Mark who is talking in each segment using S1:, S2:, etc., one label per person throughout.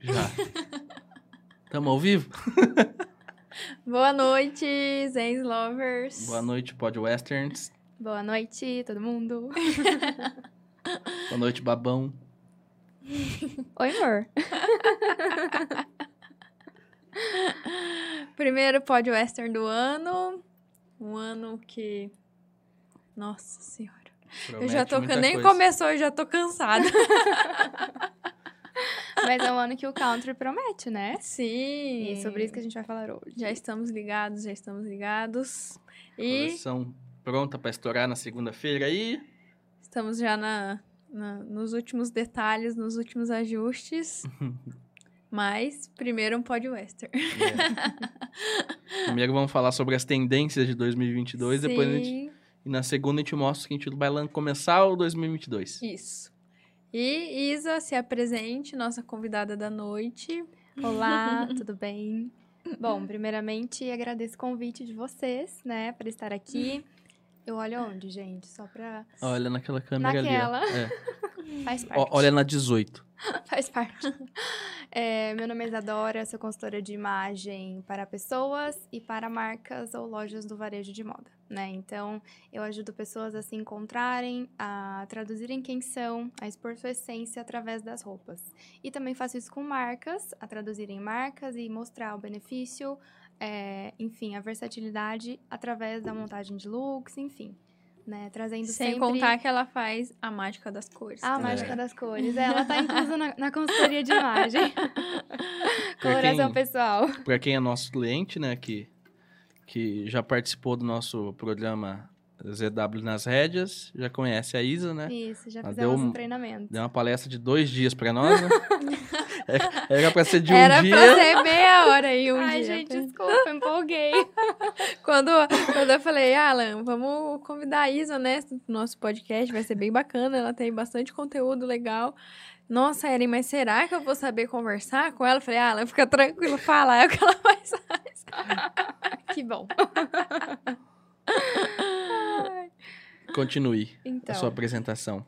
S1: Já. Tamo ao vivo?
S2: Boa noite,
S3: é.
S2: Zen Lovers.
S1: Boa noite, Pod Westerns.
S2: Boa noite, todo mundo.
S1: Boa noite, babão.
S2: Oi, amor. Primeiro pod western do ano. Um ano que. Nossa senhora. eu já tô.
S1: Promete muita
S2: Nem
S1: coisa.
S2: começou, eu já tô cansada.
S3: Mas é um ano que o country promete, né?
S2: Sim.
S3: E é sobre isso que a gente vai falar hoje.
S2: Já estamos ligados, já estamos ligados. E
S1: Coleção pronta pra estourar na segunda-feira aí.
S2: estamos já na, na- nos últimos detalhes, nos últimos ajustes. Mas primeiro um pod western.
S1: É. Primeiro vamos falar sobre as tendências de 2022, depois a gente,
S2: Sim.
S1: e na segunda a gente mostra o que a gente vai lan- começar o 2022.
S2: Isso. E Isa, se apresente, nossa convidada da noite.
S3: Olá, tudo bem? Bom, primeiramente agradeço o convite de vocês, né, para estar aqui. Eu olho onde, gente? Só pra.
S1: Olha naquela câmera
S3: Naquela.
S1: ali. ó. É.
S3: Faz parte.
S1: O- olha na 18.
S3: Faz parte. É, meu nome é Isadora, sou consultora de imagem para pessoas e para marcas ou lojas do varejo de moda, né? Então, eu ajudo pessoas a se encontrarem, a traduzirem quem são, a expor sua essência através das roupas. E também faço isso com marcas, a traduzirem marcas e mostrar o benefício, é, enfim, a versatilidade através da montagem de looks, enfim, né? Trazendo
S2: Sem
S3: sempre...
S2: contar que ela faz a mágica das cores.
S3: A
S2: também.
S3: mágica das cores. é, Ela tá inclusa na, na consultoria de imagem.
S1: Pra
S3: Coloração
S1: quem-
S3: pessoal.
S1: Pra quem é nosso cliente, né, que, que já participou do nosso programa ZW nas rédeas, já conhece a Isa, né?
S3: Isso, já
S1: Ela
S3: fizemos
S1: deu um-
S3: um treinamento.
S1: Deu uma palestra de dois dias pra nós, né? É- Era pra ser de um
S2: Era
S1: dia.
S2: pra ser meia hora e um
S3: Ai,
S2: dia.
S3: gente, desculpa, empolguei.
S2: Quando, quando eu falei, Alan, vamos convidar a Isa, né, pro nosso podcast, vai ser bem bacana, ela tem bastante conteúdo legal. Nossa, Eren, mas será que eu vou saber conversar com ela? Eu falei, Alan, fica tranquilo, fala, é o que ela mais faz.
S3: Que bom.
S1: Continue a
S3: Então,
S1: sua apresentação.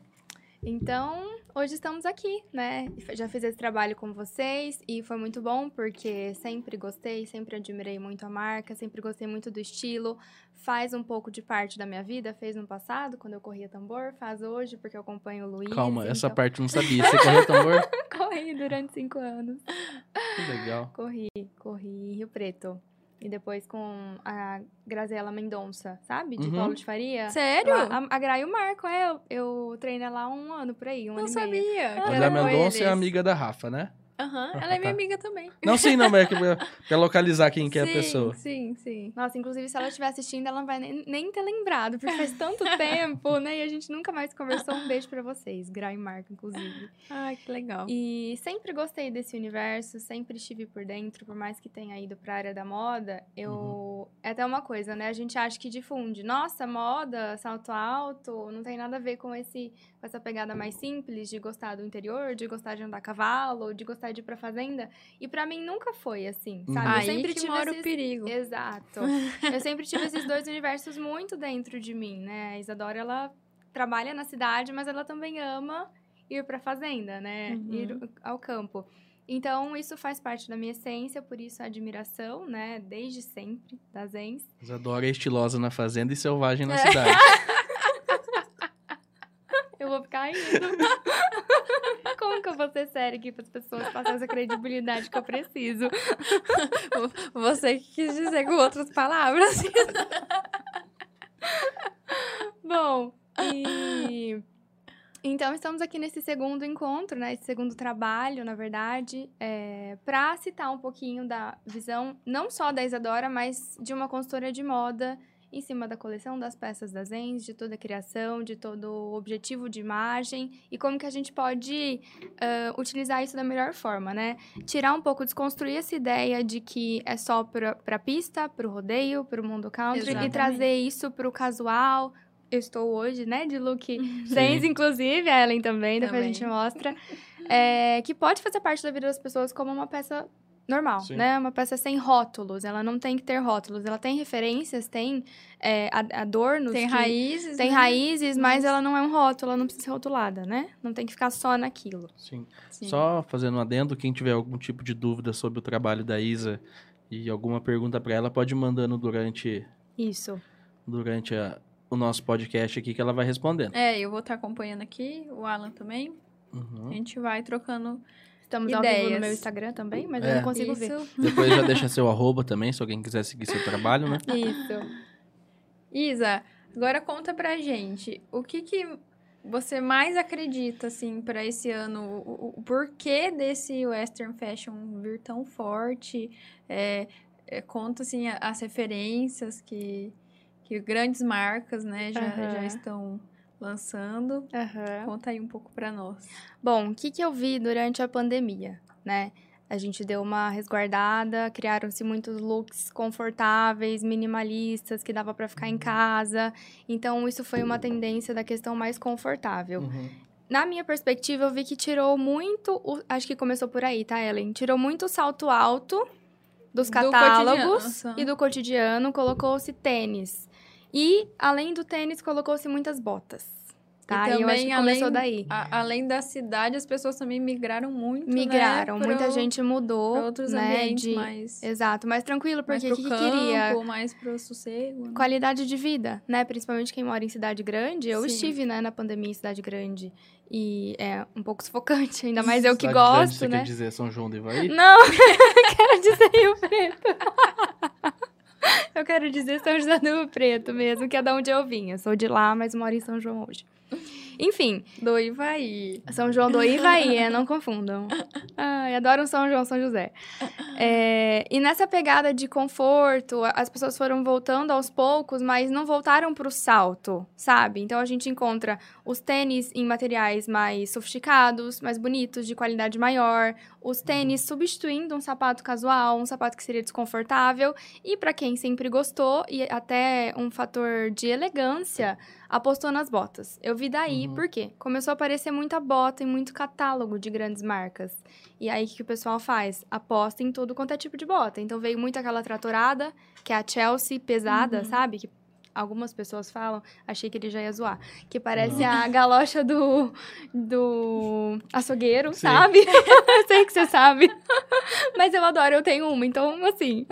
S3: então, hoje estamos aqui, né? Já fiz esse trabalho com vocês e foi muito bom porque sempre gostei, sempre admirei muito a marca, sempre gostei muito do estilo. Faz um pouco de parte da minha vida, fez no passado, quando eu corria tambor, faz hoje porque eu acompanho o Luiz.
S1: Calma, essa
S3: então-
S1: parte eu não sabia. Você correu tambor?
S3: Corri durante cinco anos.
S1: Que legal.
S3: Corri, corri em Rio Preto. E depois com a Graziela Mendonça, sabe? De
S1: Uhum.
S3: Paulo de Faria.
S2: Sério?
S3: Lá, A, a Gra e o Marco, é. Eu, eu treinei lá um ano por aí, um
S2: Não
S3: ano e meio.
S2: sabia.
S3: Ah,
S1: A
S2: que
S1: André
S2: era com
S1: Mendonça é
S2: eles.
S1: amiga da Rafa, né?
S2: Aham, ela é minha
S1: Tá.
S2: amiga também.
S1: Não, sim, não, mas é que pra, pra localizar quem que é a
S2: sim,
S1: pessoa.
S2: Sim, sim.
S3: Nossa, inclusive, se ela estiver assistindo, ela não vai nem, nem ter lembrado, porque faz tanto tempo, né? E a gente nunca mais conversou. Um beijo pra vocês, Gra e Marco, inclusive.
S2: Ai, que legal.
S3: E sempre gostei desse universo, sempre estive por dentro, por mais que tenha ido pra área da moda, eu. É até uma coisa, né? A gente acha que difunde. Nossa, moda, salto alto, não tem nada a ver com, esse, com essa pegada mais simples de gostar do interior, de gostar de andar a cavalo, de gostar de ir pra fazenda. E pra mim nunca foi assim,
S1: Uhum.
S3: sabe?
S2: Aí
S3: eu sempre
S2: que
S3: tive
S2: mora
S3: esses-
S2: o perigo.
S3: Exato. Eu sempre tive esses dois universos muito dentro de mim, né? A Isadora, ela trabalha na cidade, mas ela também ama ir pra fazenda, né?
S2: Uhum.
S3: Ir ao campo. Então, isso faz parte da minha essência, por isso a admiração, né? Desde sempre, das Zens.
S1: Isadora é estilosa na fazenda e selvagem
S2: É.
S1: na cidade.
S3: Eu vou ficar indo. Como que eu vou ser séria aqui para as pessoas passarem essa credibilidade que eu preciso?
S2: Você que quis dizer com outras palavras.
S3: Bom, e. Então, estamos aqui nesse segundo encontro, né? Esse segundo trabalho, na verdade, é, para citar um pouquinho da visão, não só da Isadora, mas de uma consultora de moda em cima da coleção das peças das Zens, de toda a criação, de todo o objetivo de imagem e como que a gente pode ah, utilizar isso da melhor forma, né? Tirar um pouco, desconstruir essa ideia de que é só pra, pra pista, pro rodeio, pro mundo country
S2: Exatamente.
S3: e trazer isso pro casual. Eu estou hoje, né, de look Zens,
S2: assim.
S1: Sim.
S3: inclusive, a Ellen também, depois
S2: Também.
S3: a gente mostra. É, que pode fazer parte da vida das pessoas como uma peça normal,
S1: Sim.
S3: né? Uma peça sem rótulos, ela não tem que ter rótulos. Ela tem referências, tem é, a- adornos.
S2: Tem
S3: que-
S2: raízes.
S3: Tem
S2: né?
S3: raízes, mas
S2: Mas-
S3: ela não é um rótulo, ela não precisa ser rotulada, né? Não tem que ficar só naquilo.
S1: Sim.
S2: Sim.
S1: Só fazendo um adendo, quem tiver algum tipo de dúvida sobre o trabalho da Isa e alguma pergunta pra ela, pode ir mandando durante,
S3: Isso.
S1: durante a- o nosso podcast aqui que ela vai respondendo.
S2: É, eu vou estar acompanhando aqui, o Alan também. A
S1: Uhum.
S2: gente vai trocando.
S3: Estamos ao vivo no
S2: Ideias.
S3: meu Instagram também, mas
S1: É.
S3: eu não consigo
S2: Isso.
S3: ver.
S1: Depois já deixa seu arroba também, se alguém quiser seguir seu trabalho, né?
S3: Isso.
S2: Isa, agora conta pra gente o que que você mais acredita, assim, pra esse ano? O, o- o porquê desse Western Fashion vir tão forte? É, é, conta, assim, a- as referências que, que grandes marcas, né, já,
S3: Aham. Tá.
S2: já estão lançando.
S3: Aham.
S2: Conta aí um pouco pra nós.
S3: Bom, o que, que eu vi durante a pandemia, né? A gente deu uma resguardada, criaram-se muitos looks confortáveis, minimalistas, que dava pra ficar em casa. Então, isso foi uma tendência da questão mais confortável.
S1: Uhum.
S3: Na minha perspectiva, eu vi que tirou muito. o- Acho que começou por aí, tá, Ellen? Tirou muito o salto alto dos
S2: Do
S3: catálogos
S2: cotidiano, aham.
S3: e do cotidiano, colocou-se tênis. E, além do tênis, colocou-se muitas botas. Tá?
S2: E
S3: eu acho
S2: também,
S3: que
S2: além-
S3: começou daí.
S2: A- além da cidade, as pessoas também migraram muito, né,
S3: Migraram,
S2: pro-
S3: muita gente mudou.
S2: pra outros
S3: né,
S2: ambientes
S3: de-
S2: mais...
S3: Exato, mais tranquilo,
S2: mais
S3: porque o
S2: pro
S3: que, que
S2: campo,
S3: queria?
S2: mais pro sossego. né?
S3: Qualidade de vida, né? Principalmente quem mora em cidade grande. Eu
S2: Sim.
S3: estive, né, na pandemia em cidade grande. E é um pouco sufocante, ainda mais eu que
S1: Cidade grande,
S3: gosto,
S1: você
S3: né?
S1: quer dizer São João do Ivaí?
S3: Não, eu quero dizer Rio Preto. eu quero dizer São José do Rio Preto mesmo, que é da onde eu vim. Eu sou de lá, mas moro em São João hoje. Enfim,
S2: Do Ivaí.
S3: São João do Ivaí, é, não confundam. Ai, adoro um São João, São José. É, e nessa pegada de conforto, a- as pessoas foram voltando aos poucos, mas não voltaram pro salto, sabe? Então a gente encontra os tênis em materiais mais sofisticados, mais bonitos, de qualidade maior, os tênis substituindo um sapato casual, um sapato que seria desconfortável, e pra quem sempre gostou, e até um fator de elegância, apostou nas botas. Eu vi daí,
S1: Uhum.
S3: por quê? Começou a aparecer muita bota e muito catálogo de grandes marcas. E aí, o que que o pessoal faz? Aposta em tudo quanto é tipo de bota. Então, veio muito aquela tratorada, que é a Chelsea pesada,
S2: Uhum.
S3: sabe? Que algumas pessoas falam, achei que ele já ia zoar, que parece a galocha do, do açougueiro,
S1: Sim.
S3: sabe? eu sei que você sabe. Mas eu adoro, eu tenho uma, então, assim.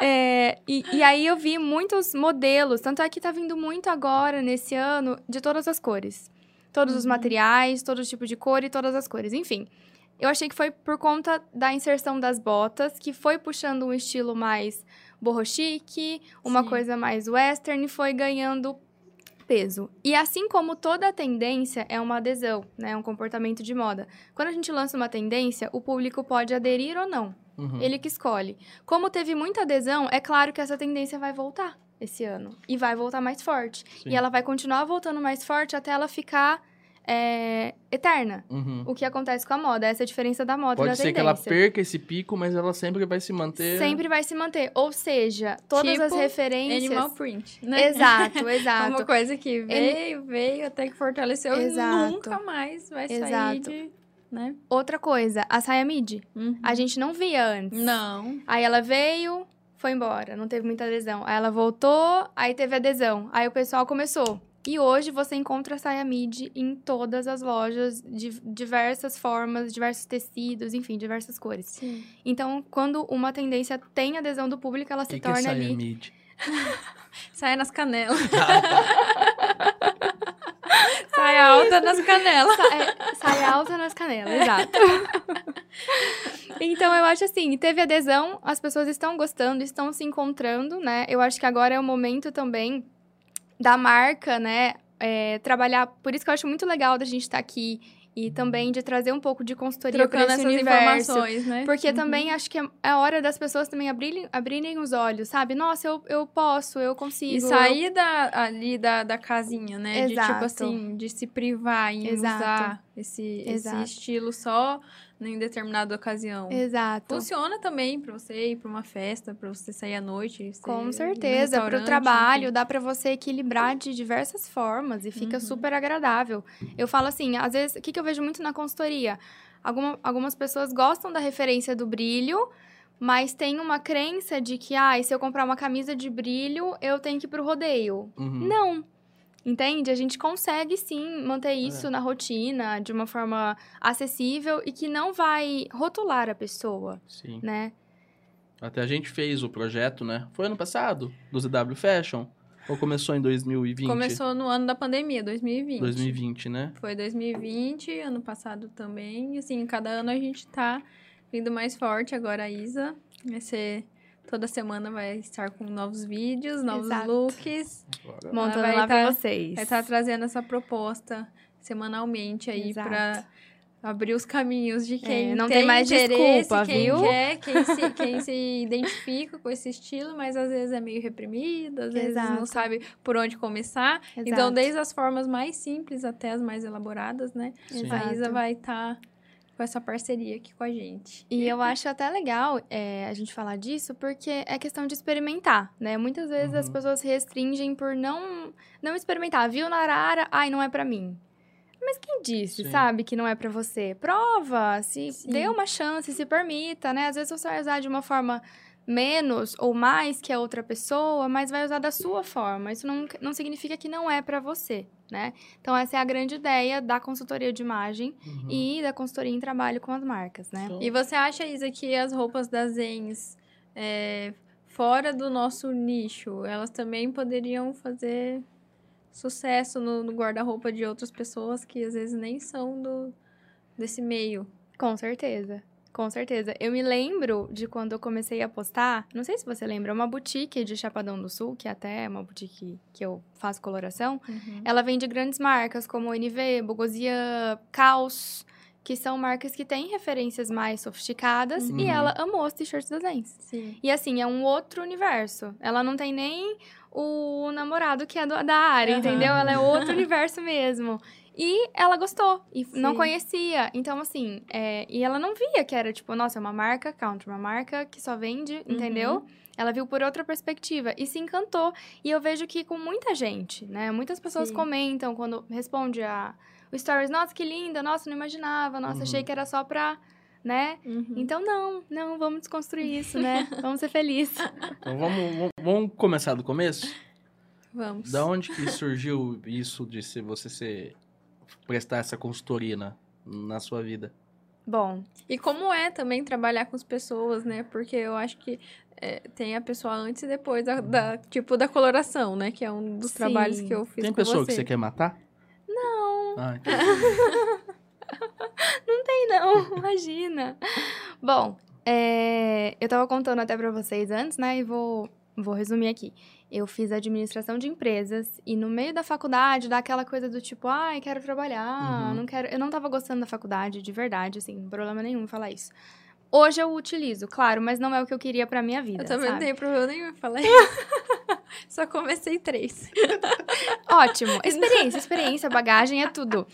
S3: É, e, e aí eu vi muitos modelos, tanto é que tá vindo muito agora, nesse ano, de todas as cores. Todos os
S2: Uhum.
S3: materiais, todo tipo de cor e todas as cores, enfim. Eu achei que foi por conta da inserção das botas, que foi puxando um estilo mais borrochique, uma
S2: Sim.
S3: coisa mais western, e foi ganhando peso. E assim como toda tendência é uma adesão, né? É um comportamento de moda. Quando a gente lança uma tendência, o público pode aderir ou não.
S1: Uhum.
S3: Ele que escolhe. Como teve muita adesão, é claro que essa tendência vai voltar esse ano. E vai voltar mais forte.
S1: Sim.
S3: E ela vai continuar voltando mais forte até ela ficar é, eterna.
S1: Uhum.
S3: O que acontece com a moda. Essa é a diferença da moda e da
S1: Pode ser que ela
S3: tendência.
S1: perca esse pico, mas ela sempre vai se manter.
S3: Sempre vai se manter. Ou seja, todas
S2: Tipo,
S3: as referências.
S2: Animal print, né?
S3: Exato, exato.
S2: Uma coisa que veio, veio, até que fortaleceu
S3: Exato.
S2: e nunca mais vai sair
S3: Exato. Uhum.
S2: de... Né?
S3: Outra coisa, a saia midi. A gente não via antes.
S2: Não.
S3: Aí ela veio, foi embora, não teve muita adesão. Aí ela voltou, aí teve adesão. Aí o pessoal começou. E hoje você encontra a saia midi em todas as lojas, de diversas formas, diversos tecidos, enfim, diversas cores.
S2: Sim.
S3: Então, quando uma tendência tem adesão do público, ela
S1: O
S3: se
S1: que, que é
S3: torna ali.
S1: saia mid?
S2: Sai nas canelas. Sai alta nas canelas.
S3: Sa- é, sai alta nas canelas, exato. então, eu acho assim, teve adesão, as pessoas estão gostando, estão se encontrando, né? Eu acho que agora é o momento também da marca, né? é, trabalhar, por isso que eu acho muito legal da gente estar aqui e também de trazer um pouco de consultoria para
S2: Trocando
S3: esse
S2: essas
S3: universo.
S2: informações, né?
S3: Porque
S2: Uhum.
S3: também acho que é- é hora das pessoas também abrirem, abrirem os olhos, sabe? Nossa, eu, eu posso, eu consigo.
S2: E
S3: eu
S2: sair da, ali da, da casinha, né? De
S3: Exato.
S2: tipo assim, de se privar em
S3: Exato.
S2: usar esse, esse
S3: Exato.
S2: estilo só em determinada ocasião.
S3: Exato.
S2: Funciona também pra você ir pra uma festa, pra você sair à noite. você ir
S3: Com
S2: no
S3: certeza, para o
S2: restaurante,
S3: trabalho,
S2: enfim.
S3: dá para você equilibrar de diversas formas e fica
S2: Uhum.
S3: super agradável. Eu falo assim, às vezes, o que, que eu vejo muito na consultoria? Alguma- algumas pessoas gostam da referência do brilho, Mas tem uma crença de que, ah, se eu comprar uma camisa de brilho, eu tenho que ir pro rodeio.
S2: Hum.
S1: Uhum.
S3: Não. Entende? A gente consegue sim
S2: É.
S3: manter isso na rotina de uma forma acessível e que não vai rotular a pessoa,
S1: Sim.
S3: né?
S1: Até a gente fez o projeto, né? Foi ano passado, do ZW Fashion? Ou começou em 2020?
S2: Começou no ano da pandemia, 2020.
S1: 2020, né?
S2: Foi 2020, ano passado também. E assim, cada ano a gente tá vindo mais forte agora, a Isa. Vai ser. Toda semana vai estar com novos vídeos, novos
S3: Exato.
S2: looks.
S1: Agora,
S2: Ela
S4: Montando
S2: vai
S4: lá pra
S2: tá-
S4: vocês.
S2: Vai estar trazendo essa proposta semanalmente aí
S3: Exato.
S2: pra abrir os caminhos de quem
S3: É,
S2: não
S3: não
S2: tem,
S3: tem mais
S2: interesse,
S4: desculpa,
S2: quem
S4: viu?
S2: quer, quem se, quem se identifica com esse estilo, mas às vezes é meio reprimido, às vezes não
S3: Exato.
S2: sabe por onde começar.
S3: Exato.
S2: Então, desde as formas mais simples até as mais elaboradas, né?
S1: Sim.
S2: A Isa
S3: Exato.
S2: vai estar com essa parceria aqui com a gente.
S3: E
S1: Uhum.
S3: eu acho até legal é, a gente falar disso, porque é questão de experimentar, né? Muitas vezes as
S1: Uhum.
S3: pessoas se restringem por não, não experimentar. Viu na arara, ai, não é pra mim. Mas quem disse,
S1: Sim.
S3: sabe, que não é pra você? Prova, se
S2: Sim.
S3: dê uma chance, se permita, né? Às vezes você vai usar de uma forma menos ou mais que a outra pessoa, mas vai usar da sua forma. Isso não, não significa que não é pra você, né? Então essa é a grande ideia da consultoria de imagem
S1: uhum.
S3: e da consultoria em trabalho com as marcas, né?
S1: Então,
S2: E você acha, Isa, que as roupas das Zens é, fora do nosso nicho, elas também poderiam fazer sucesso no, no guarda-roupa de outras pessoas que às vezes nem são do desse meio.
S3: Com certeza. Com certeza. Eu me lembro de quando eu comecei a postar, não sei se você lembra, uma boutique de Chapadão do Sul, que até é uma boutique que eu faço coloração. Ela vende grandes marcas como NV, Bogosian, Caos, que são marcas que têm referências mais sofisticadas
S1: Uhum.
S3: e ela amou os t-shirts das Lens.
S2: Sim.
S3: E assim, é um outro universo. Ela não tem nem o namorado que é do- da área,
S2: Aham.
S3: entendeu? Ela é outro universo mesmo. E ela gostou, e f- não
S2: Sim.
S3: conhecia. Então, assim, é, e ela não via que era tipo, nossa, é uma marca country, uma marca que só vende,
S2: Uhum.
S3: entendeu? Ela viu por outra perspectiva e se encantou. E eu vejo que com muita gente, né? Muitas pessoas
S2: Sim.
S3: comentam quando responde a, o stories, nossa, que linda, nossa, não imaginava, nossa,
S1: Uhum.
S3: achei que era só pra, né?
S2: Uhum.
S3: Então, não, não, vamos desconstruir isso, né? Vamos ser felizes.
S1: então vamos, vamos, vamos começar do começo?
S2: Vamos.
S1: Da onde que surgiu isso de se você ser, prestar essa consultoria na, na sua vida?
S3: Bom,
S2: E como é também trabalhar com as pessoas, né? Porque eu acho que é, tem a pessoa antes e depois da, da- tipo da coloração, né? Que é um dos
S3: Sim.
S2: trabalhos que eu fiz
S1: Tem
S2: com
S1: pessoa
S2: você.
S1: que você quer matar? Não. Ah, então.
S3: e não, imagina. Bom, é, eu tava contando até pra vocês antes, né? E vou, vou resumir aqui. Eu fiz administração de empresas e no meio da faculdade dá aquela coisa do tipo, ai, quero trabalhar,
S1: Uhum.
S3: não quero. Eu não tava gostando da faculdade, de verdade, assim, não problema nenhum em falar isso. Hoje eu utilizo, claro, mas não é o que eu queria pra minha vida.
S2: Eu também não
S3: sabe?
S2: tenho problema nenhum em falar isso. Só comecei três.
S3: Ótimo. Experiência, experiência, bagagem é tudo.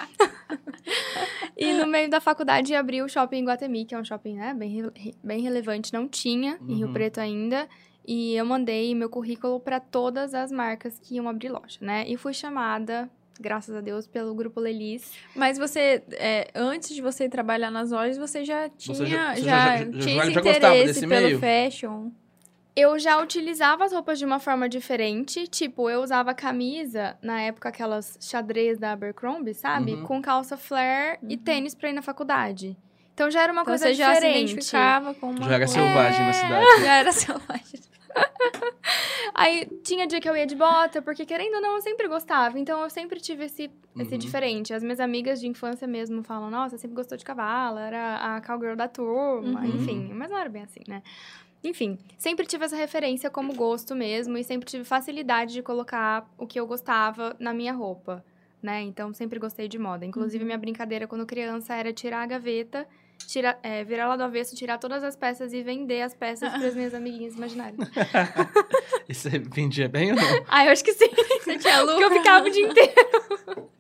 S3: E no meio da faculdade abriu o shopping em Guatemi, que é um shopping né, bem, rele- bem relevante, não tinha em Rio
S1: Uhum.
S3: Preto ainda. E eu mandei meu currículo para todas as marcas que iam abrir loja, né? E fui chamada, graças a Deus, pelo grupo Lelis.
S2: Mas você, é, antes de você trabalhar nas lojas, você já tinha,
S1: já-
S2: já,
S1: você já- já-
S2: tinha
S1: já
S2: esse
S1: gostava
S2: interesse
S1: desse meio?
S2: pelo fashion.
S3: Eu já utilizava as roupas de uma forma diferente, tipo, eu usava camisa, na época aquelas xadrez da Abercrombie, sabe?
S1: Uhum.
S3: Com calça flare e tênis pra ir na faculdade. Então já era uma
S2: Uhum. Então
S3: coisa
S2: você já se
S3: diferente.
S2: identificava com uma
S1: Já era
S3: É.
S2: coisa.
S1: selvagem na cidade.
S2: Já era selvagem.
S3: Aí tinha dia que eu ia de bota, porque querendo ou não, eu sempre gostava. Então eu sempre tive esse, esse
S1: Uhum.
S3: diferente. As minhas amigas de infância mesmo falam, nossa, sempre gostou de cavalo, era a cowgirl da turma,
S2: Uhum.
S3: enfim. Mas não era bem assim, né? Enfim, sempre tive essa referência como gosto mesmo e sempre tive facilidade de colocar o que eu gostava na minha roupa, né? Então sempre gostei de moda. Inclusive, minha brincadeira quando criança era tirar a gaveta, tirar, é, virar ela do avesso, tirar todas as peças e vender as peças para as minhas amiguinhas imaginárias.
S1: E você vendia bem ou não?
S3: Ah, eu acho que sim.
S2: Você tinha
S3: Porque eu
S2: lucro.
S3: ficava o dia inteiro.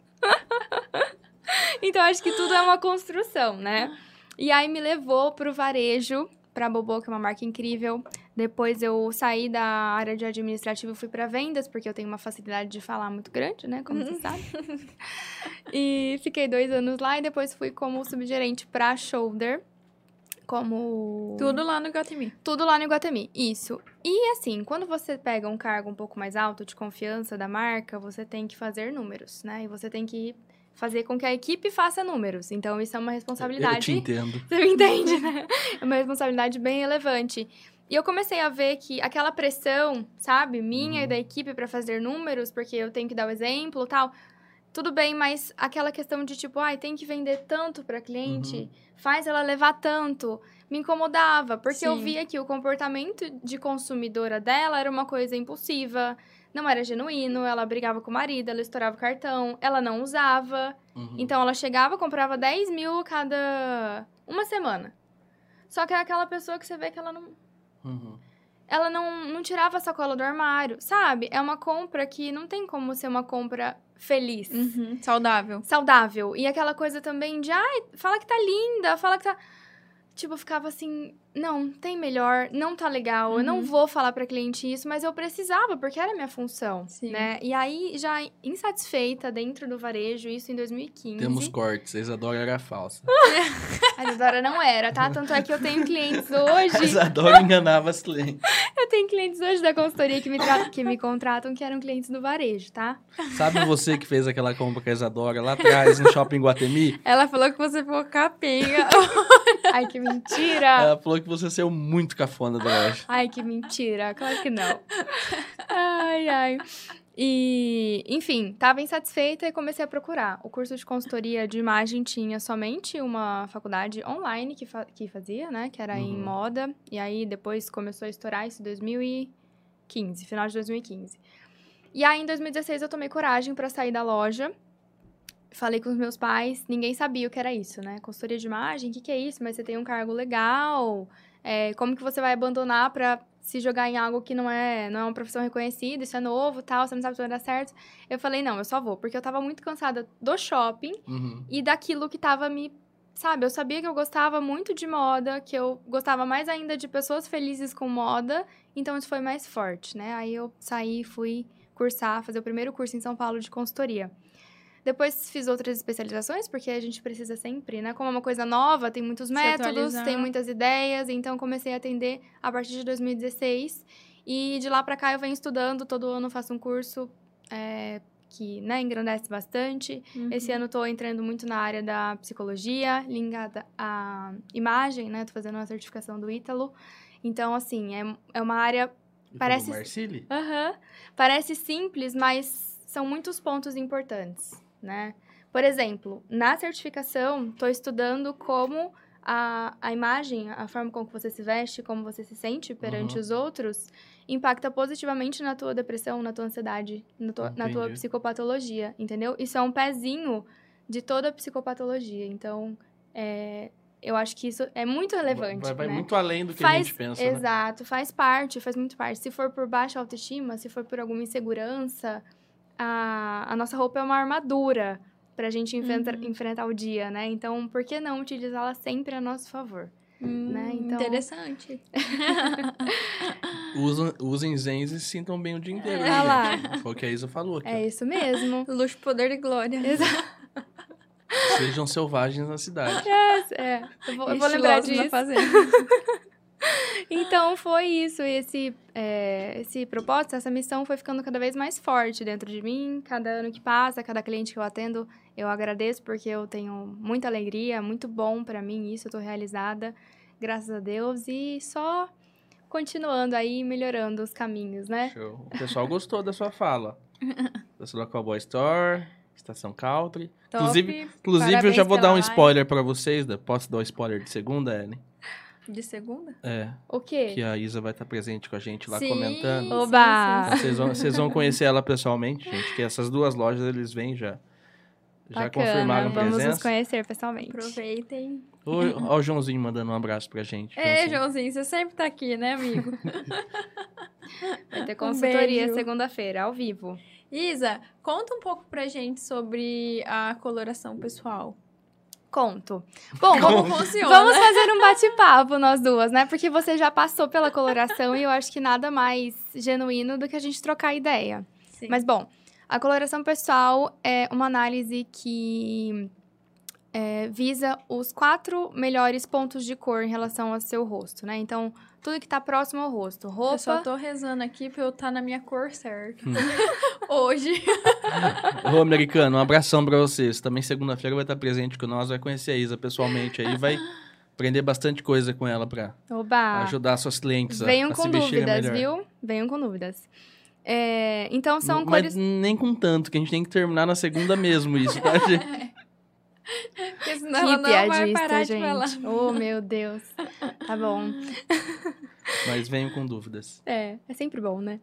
S3: então, acho que tudo é uma construção, né? E aí me levou pro varejo, pra Bobô, que é uma marca incrível. Depois eu saí da área de administrativo e fui pra vendas, porque eu tenho uma facilidade de falar muito grande, né? Como vocês sabem. E fiquei dois anos lá e depois fui como subgerente pra Shoulder. como
S2: Tudo lá no Gatimi.
S3: tudo lá no Iguatemi. Isso. E assim, quando você pega um cargo um pouco mais alto de confiança da marca, você tem que fazer números, né? E você tem que fazer com que a equipe faça números. Então isso é uma responsabilidade.
S1: Eu te entendo.
S3: Você me entende, né? É uma responsabilidade bem relevante. E eu comecei a ver que aquela pressão, sabe, minha e da equipe pra fazer números, porque eu tenho que dar o exemplo tal. Tudo bem, mas aquela questão de tipo, ai, tem que vender tanto pra cliente,
S1: Uhum.
S3: faz ela levar tanto, me incomodava, porque eu
S2: Sim.
S3: via que o comportamento de consumidora dela era uma coisa impulsiva, não era genuíno, ela brigava com o marido, ela estourava o cartão, ela não usava.
S1: Uhum.
S3: Então ela chegava, comprava 10 mil cada uma semana. Só que é aquela pessoa que você vê que ela não.
S1: Uhum.
S3: Ela não, não tirava a sacola do armário, sabe? É uma compra que não tem como ser uma compra feliz,
S2: Uhum. Saudável.
S3: saudável. E aquela coisa também de, ai, fala que tá linda, fala que tá. Tipo, eu ficava assim, não, tem melhor, não tá legal, eu não
S2: Uhum.
S3: vou falar pra cliente isso, mas eu precisava, porque era a minha função,
S2: Sim.
S3: né? E aí, já insatisfeita dentro do varejo, isso em 2015.
S1: Temos cortes, a Isadora era falsa.
S3: A Isadora não era, tá? Tanto é que eu tenho clientes hoje.
S1: Isadora enganava as clientes.
S3: Eu tenho clientes hoje da consultoria que me, tra- que me contratam que eram clientes do varejo, tá?
S1: Sabe você que fez aquela compra com a Isadora lá atrás, no shopping Guatemi?
S2: Ela falou que você ficou capenga.
S3: Ai, que mentira!
S1: Ela falou que você saiu muito cafona da loja.
S3: Ai, que mentira! Claro que não. Ai, ai. E, enfim, tava insatisfeita e comecei a procurar. O curso de consultoria de imagem tinha somente uma faculdade online que, fa- que fazia, né? Que era em
S1: Uhum.
S3: moda. E aí depois começou a estourar isso em 2015, final de 2015. E aí em 2016 eu tomei coragem pra sair da loja. Falei com os meus pais, ninguém sabia o que era isso, né? Consultoria de imagem, o que, que é isso? Mas você tem um cargo legal. é, como que você vai abandonar pra se jogar em algo que não é, não é uma profissão reconhecida, isso é novo tal, você não sabe se vai dar certo. Eu falei, não, eu só vou, porque eu tava muito cansada do shopping
S1: Uhum.
S3: e daquilo que tava me. Sabe, eu sabia que eu gostava muito de moda, que eu gostava mais ainda de pessoas felizes com moda, então isso foi mais forte, né? Aí eu saí e fui cursar, fazer o primeiro curso em São Paulo de consultoria. Depois fiz outras especializações, porque a gente precisa sempre, né? Como é uma coisa nova, tem muitos métodos,
S2: atualizar.
S3: tem muitas ideias, então comecei a atender a partir de 2016. E de lá pra cá eu venho estudando, todo ano eu faço um curso é, que né, engrandece bastante. Esse ano eu tô entrando muito na área da psicologia, ligada à imagem, né? Tô fazendo uma certificação do Ítalo. Então, assim, é, é uma área.
S1: E
S3: Parece-
S1: falou, Marcile?
S3: Aham. Parece simples, mas são muitos pontos importantes, né? Por exemplo, na certificação, tô estudando como a, a imagem, a forma como você se veste, como você se sente perante
S1: Uhum.
S3: os outros, impacta positivamente na tua depressão, na tua ansiedade, na tua, na tua
S1: Entendi.
S3: psicopatologia, entendeu? Isso é um pezinho de toda a psicopatologia. Então, é, eu acho que isso é muito relevante.
S1: Vai, vai
S3: né?
S1: muito além do que
S3: faz,
S1: a gente pensa, né?
S3: Exato, faz parte, faz muito parte. Se for por baixa autoestima, se for por alguma insegurança, a, a nossa roupa é uma armadura pra gente enfrenta-
S2: Uhum.
S3: enfrentar o dia, né? Então, por que não utilizá-la sempre a nosso favor? né, então-
S2: Interessante.
S1: Usam, usem zens e sintam bem o dia inteiro.
S3: É. Olha lá.
S1: né, gente? Foi o que a Isa falou aqui.
S3: É isso mesmo.
S2: Luxo, poder e glória.
S3: Exato.
S1: ó. Sejam selvagens na cidade.
S3: É, eu vou, eu vou lembrar
S2: Estilosos na
S3: disso.
S2: fazenda.
S3: Então foi isso, e esse, é, esse propósito, essa missão foi ficando cada vez mais forte dentro de mim. Cada ano que passa, cada cliente que eu atendo, eu agradeço porque eu tenho muita alegria, é muito bom pra mim isso, eu tô realizada, graças a Deus, e só continuando aí, melhorando os caminhos, né?
S1: Show. O pessoal gostou da sua fala. Da sua Cowboy Store, Estação Country.
S2: Top.
S1: Inclusive- Inclusive, eu
S2: Parabéns
S1: já vou
S2: pela
S1: dar um
S2: live.
S1: spoiler pra vocês. da- Posso dar um spoiler de segunda, Ellen?
S2: De segunda?
S1: É,
S3: O quê?
S1: que a Isa vai estar presente com a gente lá
S2: Sim.
S1: comentando.
S3: Oba!
S1: Então, Vocês vão, vocês vão conhecer ela pessoalmente, gente, que essas duas lojas eles vêm já. Já
S3: Bacana,
S1: confirmaram
S3: vamos nos
S1: presença.
S3: conhecer pessoalmente.
S2: Aproveitem.
S1: Olha o Joãozinho mandando um abraço pra gente.
S2: É,
S1: Joãozinho.
S2: Joãozinho, você sempre tá aqui, né, amigo?
S3: Vai ter consultoria
S2: Um beijo.
S3: segunda-feira, ao vivo.
S2: Isa, conta um pouco pra gente sobre a coloração pessoal.
S3: Conto. Bom, vamos
S2: Como funciona? né?
S3: Vamos fazer um bate-papo nós duas, né? Porque você já passou pela coloração e eu acho que nada mais genuíno do que a gente trocar ideia.
S2: Sim.
S3: Mas bom, a coloração pessoal é uma análise que é, visa os quatro melhores pontos de cor em relação ao seu rosto, né? Então, tudo que tá próximo ao rosto. Roupa.
S2: Eu só tô rezando aqui pra eu estar na minha cor certa.
S3: Hum.
S2: Hoje.
S1: Ô, americano, um abração pra vocês. Também segunda-feira vai estar presente com nós, vai conhecer a Isa pessoalmente aí, vai aprender bastante coisa com ela pra
S3: Oba!
S1: ajudar suas clientes a,
S3: Ah. Venham
S1: a
S3: com
S1: se vestirem
S3: dúvidas,
S1: melhor.
S3: viu? Venham com dúvidas. É, então, são
S1: Mas
S3: cores.
S1: nem com tanto, que a gente tem que terminar na segunda mesmo isso, tá, gente?
S2: Porque senão ela
S3: Que
S2: não vai parar
S3: piadista,
S2: de falar.
S3: gente. Oh, meu Deus. Tá bom.
S1: Mas venham com dúvidas.
S3: É, é sempre bom, né?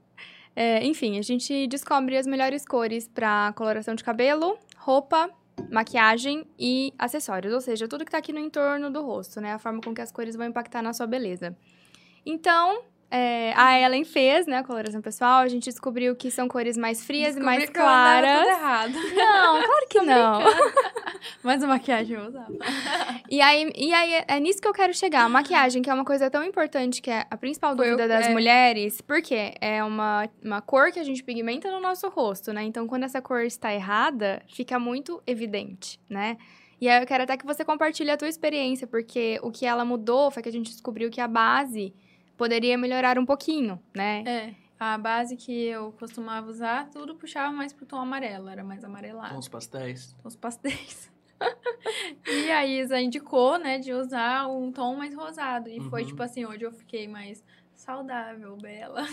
S3: É, enfim, a gente descobre as melhores cores para coloração de cabelo, roupa, maquiagem e acessórios, ou seja, tudo que tá aqui no entorno do rosto, né? A forma com que as cores vão impactar na sua beleza. Então, é, a Ellen fez, né, a coloração pessoal, a gente descobriu que são cores mais frias
S2: Descobri
S3: e mais
S2: que é eu andava
S3: claras.
S2: Tudo errado.
S3: Não, claro que não.
S2: Mas a maquiagem eu usava.
S3: E aí, e aí é- é nisso que eu quero chegar. A maquiagem, que é uma coisa tão importante, que é a principal
S2: Foi o-
S3: dúvida das
S2: é.
S3: mulheres, porque é uma, uma cor que a gente pigmenta no nosso rosto, né? Então, quando essa cor está errada, fica muito evidente, né? E aí eu quero até que você compartilhe a tua experiência, porque o que ela mudou foi que a gente descobriu que a base poderia melhorar um pouquinho, né?
S2: É. A base que eu costumava usar, tudo puxava mais pro tom amarelo. Era mais amarelado.
S1: Uns pastéis.
S2: Então, os pastéis. e a Isa indicou, né, de usar um tom mais rosado. E foi
S1: Uhum.
S2: tipo assim, hoje eu fiquei mais saudável, bela.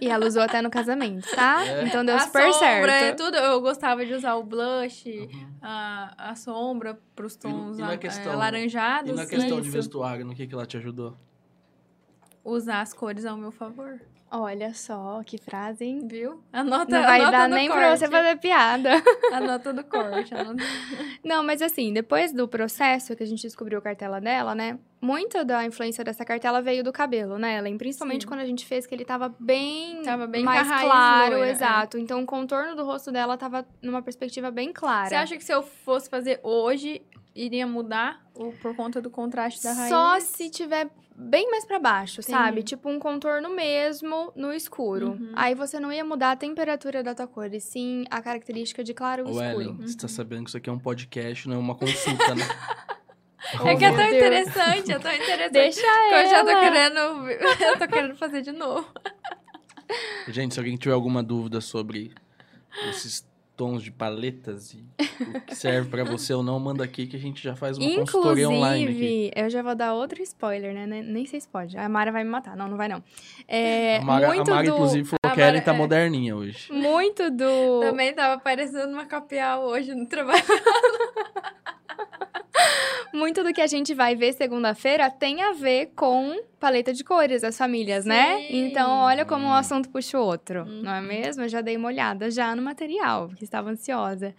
S3: E ela usou até no casamento, tá?
S1: É.
S3: Então deu
S2: a
S3: super
S2: sombra, é
S3: certo.
S2: tudo. Eu gostava de usar o blush,
S1: Uhum.
S2: a, a sombra pros tons
S1: e na
S2: a-
S1: questão-
S2: eh, alaranjados.
S1: E na questão de
S2: isso.
S1: vestuário, no que, que ela te ajudou?
S2: Usar as cores ao meu favor,
S3: Olha só, que frase, hein?
S2: viu? Anota,
S3: Não vai
S2: Tá, anota
S3: dar
S2: do
S3: nem
S2: corte.
S3: pra você fazer piada.
S2: Anota do corte. Anota...
S3: Não, mas assim, depois do processo que a gente descobriu a cartela dela, né? Muita da influência dessa cartela veio do cabelo, né, Ellen? Principalmente
S2: Sim.
S3: quando a gente fez que ele tava bem,
S2: Tava bem com a
S3: mais
S2: raiz
S3: claro,
S2: loira, é.
S3: exato. Então o contorno do rosto dela tava numa perspectiva bem clara.
S2: Você acha que se eu fosse fazer hoje, iria mudar o- por conta do contraste da raiz?
S3: Só se tiver bem mais pra baixo,
S2: Entendi.
S3: sabe? Tipo um contorno mesmo no escuro.
S2: Uhum.
S3: Aí você não ia mudar a temperatura da tua cor, e sim a característica de claro e
S1: Ô,
S3: escuro.
S1: Ellen, você tá sabendo que isso aqui é um podcast, não é uma consulta, né?
S2: É que é tão
S3: Oh, Meu Deus.
S2: interessante, é tão interessante.
S3: Deixa
S2: que eu já tô
S3: ela.
S2: querendo. Eu tô querendo fazer de novo.
S1: Gente, se alguém tiver alguma dúvida sobre esses tons de paletas e o que serve pra você ou não, manda aqui que a gente já faz uma consultoria online aqui.
S3: Inclusive, eu já vou dar outro spoiler, né? Nem- Nem sei se pode. A Mara vai me matar. Não, não vai não. É,
S1: a Mara,
S3: muito
S1: a Mara
S3: do...
S1: inclusive,
S2: a
S1: falou que a Ellen
S2: Mara-
S1: tá
S2: é.
S1: moderninha hoje.
S3: Muito do...
S2: Também tava parecendo uma capial hoje no trabalho.
S3: Muito do que a gente vai ver segunda-feira tem a ver com paleta de cores, as famílias, né?
S2: Sim.
S3: Então, olha como um
S1: Hum.
S3: assunto puxa o outro,
S2: Uhum.
S3: não é mesmo? Eu já dei uma olhada já no material, que estava ansiosa.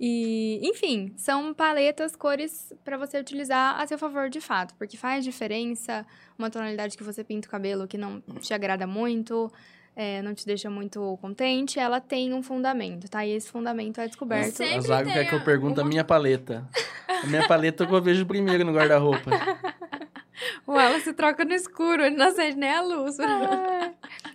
S3: E, enfim, são paletas, cores para você utilizar a seu favor de fato, porque faz diferença uma tonalidade que você pinta o cabelo que não te agrada muito. é, não te deixa muito contente, ela tem um fundamento, tá? E esse fundamento é descoberto.
S2: Sim. Sempre
S1: a Zago quer
S2: tem
S1: que eu pergunte a
S2: uma-
S1: minha paleta. A minha paleta é o que eu vejo primeiro no guarda-roupa.
S2: Ou ela se troca no escuro, ele não acende nem a luz.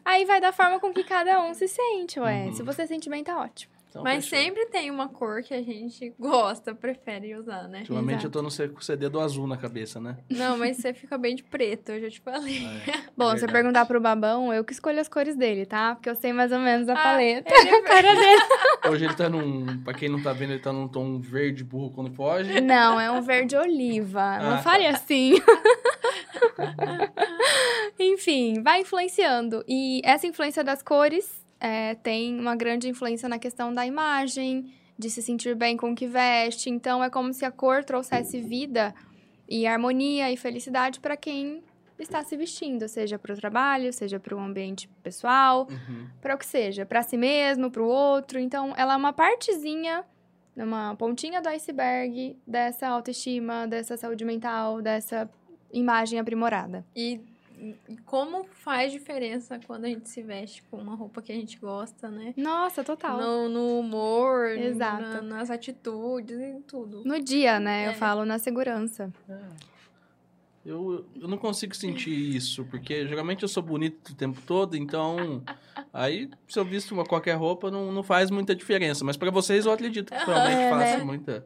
S3: Aí vai da forma com que cada um se sente, ué.
S1: Uhum.
S3: Se você sente bem, tá ótimo.
S1: Então,
S2: Mas
S1: fechou.
S2: sempre tem uma cor que a gente gosta, prefere usar, né?
S1: Ultimamente
S3: Exato.
S1: eu tô no C- com o CD do azul na cabeça, né?
S2: Não, mas você fica bem de preto, eu já te falei.
S1: É, é
S3: Bom, se você
S1: verdade.
S3: perguntar pro babão, eu que escolho as cores dele, tá? Porque eu sei mais ou menos a
S2: Ah,
S3: paleta.
S2: Ele-
S1: Hoje ele tá num. Pra quem não tá vendo, ele tá num tom verde burro quando foge.
S3: Não, é um verde oliva.
S1: Ah,
S3: não
S1: tá.
S3: fale assim. Enfim, vai influenciando. E essa influência das cores é, tem uma grande influência na questão da imagem, de se sentir bem com o que veste. Então, é como se a cor trouxesse vida e harmonia e felicidade para quem está se vestindo, seja para o trabalho, seja para o ambiente pessoal,
S1: Uhum.
S3: para o que seja, para si mesmo, para o outro. Então, ela é uma partezinha, uma pontinha do iceberg dessa autoestima, dessa saúde mental, dessa imagem aprimorada.
S2: E e como faz diferença quando a gente se veste com uma roupa que a gente gosta, né?
S3: Nossa, total.
S2: No,
S3: No,
S2: no humor,
S3: Exato.
S2: na- nas atitudes, em tudo.
S3: dia, né?
S2: É.
S3: Eu falo na segurança.
S1: Eu, eu não consigo sentir isso, porque geralmente eu sou bonito o tempo todo, então. Aí, se eu visto uma qualquer roupa, não, não faz muita diferença. Mas pra vocês, eu acredito que realmente
S3: É, né?
S1: faça muita.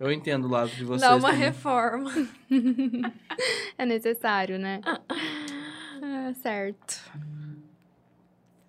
S1: Eu entendo o lado de vocês.
S2: Dá uma
S1: também.
S2: reforma.
S3: É necessário, né? Ah, certo.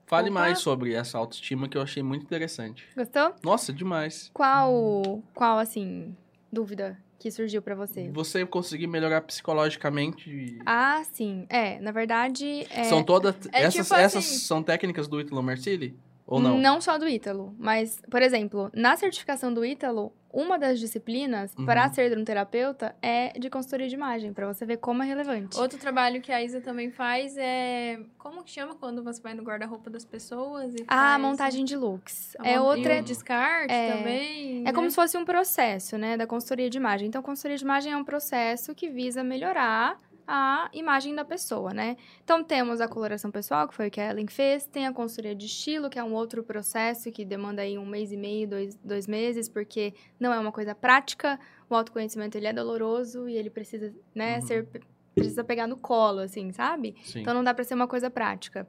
S1: Fale
S2: Opa.
S1: mais sobre essa autoestima que eu achei muito interessante.
S3: Gostou?
S1: Nossa, demais.
S3: Qual, qual assim, dúvida que surgiu pra você?
S1: Você conseguir melhorar psicologicamente. e-
S3: Ah, sim. É, na verdade... É...
S1: São todas.
S2: é
S1: essas,
S2: tipo
S1: essas
S2: assim.
S1: são técnicas do Ítalo Marcilli? Ou não?
S3: só do Ítalo, mas, por exemplo, na certificação do Ítalo, uma das disciplinas
S1: Uhum.
S3: para ser dramaterapeuta é de consultoria de imagem, pra você ver como é relevante.
S2: Outro trabalho que a Isa também faz é. Como que chama quando você vai no guarda-roupa das pessoas e faz-
S3: A Ah, montagem de looks.
S2: a
S3: É
S2: mon-
S3: outra
S2: e o descarte
S3: é-
S2: também.
S3: É
S2: né?
S3: como se fosse um processo, né, da consultoria de imagem. Então, consultoria de imagem é um processo que visa melhorar a imagem da pessoa, né? Então, temos a coloração pessoal, que foi o que a Ellen fez. Tem a consultoria de estilo, que é um outro processo que demanda aí um mês e meio, dois, dois meses, porque não é uma coisa prática. O autoconhecimento, ele é doloroso e ele precisa, né,
S1: Uhum.
S3: ser... Precisa pegar no colo, assim, sabe?
S1: Sim.
S3: Então não dá pra ser uma coisa prática.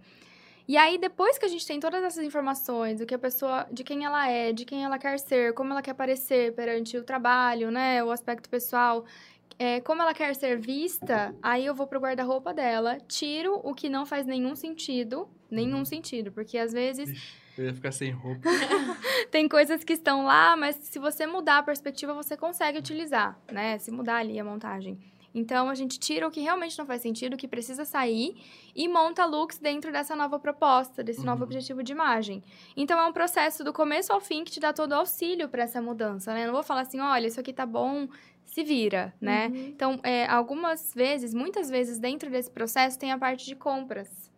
S3: E aí depois que a gente tem todas essas informações, do que a pessoa, de quem ela é, de quem ela quer ser, como ela quer parecer perante o trabalho, né, o aspecto pessoal, é, como ela quer ser vista, aí eu vou pro guarda-roupa dela, tiro o que não faz nenhum sentido, nenhum sentido, porque às vezes
S1: Eu ia ficar sem roupa.
S3: tem coisas que estão lá, mas se você mudar a perspectiva, você consegue utilizar, né? Se mudar ali a montagem. Então, a gente tira o que realmente não faz sentido, o que precisa sair, e monta looks dentro dessa nova proposta, desse novo
S1: Uhum.
S3: objetivo de imagem. Então, é um processo do começo ao fim que te dá todo o auxílio para essa mudança, né? Eu Não vou falar assim, olha, isso aqui tá bom, se vira, né?
S2: Uhum.
S3: Então, é, algumas vezes, muitas vezes, dentro desse processo, tem a parte de compras,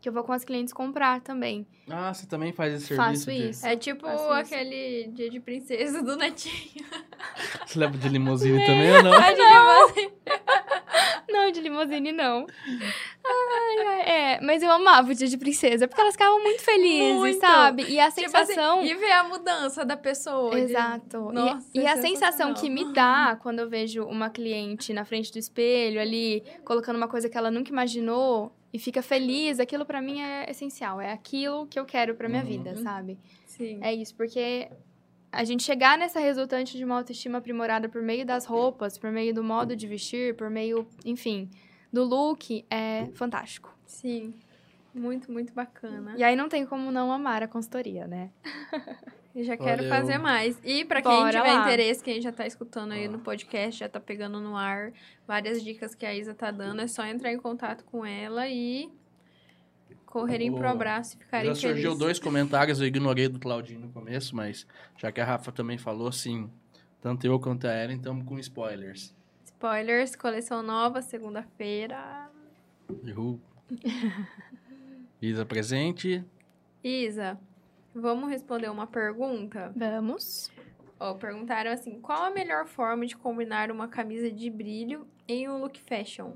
S3: que eu vou com as clientes comprar também.
S1: Ah, você também faz esse
S3: Faço
S1: serviço? de-
S3: isso.
S2: É tipo
S3: Faço isso.
S2: aquele dia de princesa do Netinho.
S1: Você leva de limusine também ou não?
S2: Pode levar assim.
S3: Não, de limusine não. Ai, ai, é, mas eu amava o dia de princesa, porque elas ficavam muito felizes,
S2: Muito.
S3: sabe? E a
S2: Tipo assim,
S3: sensação.
S2: e ver a mudança da pessoa. de-
S3: Exato. E-
S2: Nossa,
S3: e,
S2: é
S3: a sensação que
S2: sensacional.
S3: me dá quando eu vejo uma cliente na frente do espelho ali, colocando uma coisa que ela nunca imaginou e fica feliz, aquilo pra mim é essencial. É aquilo que eu quero pra minha
S1: Uhum.
S3: vida, sabe?
S2: Sim.
S3: É isso, porque a gente chegar nessa resultante de uma autoestima aprimorada por meio das roupas, por meio do modo de vestir, por meio, enfim, do look, é fantástico.
S2: Sim. Muito, muito bacana.
S3: E aí não tem como não amar a consultoria, né?
S2: Eu já quero
S1: Valeu.
S2: fazer mais. E pra quem
S3: Bora
S2: tiver
S3: lá.
S2: interesse, quem já tá escutando aí
S1: Ó.
S2: no podcast, já tá pegando no ar várias dicas que a Isa tá dando, é só entrar em contato com ela e correrem pro
S1: Boa.
S2: abraço e ficarem
S1: Já surgiu
S2: felizes.
S1: dois comentários, eu ignorei do Claudinho no começo, mas já que a Rafa também falou, assim, tanto eu quanto a Ellen estamos com spoilers.
S2: Spoilers, coleção nova, segunda-feira.
S1: Uhul. Isa presente.
S2: Isa, vamos responder uma pergunta?
S3: Vamos.
S2: Ó, perguntaram assim, qual a melhor forma de combinar uma camisa de brilho em um look fashion?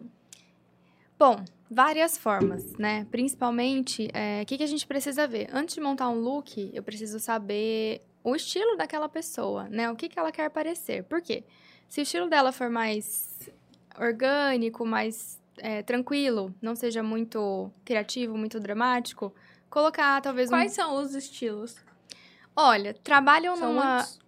S3: Bom, várias formas, né? Principalmente, é, o que, que a gente precisa ver? Antes de montar um look, eu preciso saber o estilo daquela pessoa, né? O que, que ela quer parecer. Por quê? Se o estilo dela for mais orgânico, mais é, tranquilo, não seja muito criativo, muito dramático, colocar talvez
S2: Quais são os estilos?
S3: um... Olha, trabalham
S2: são
S3: numa...
S2: muitos?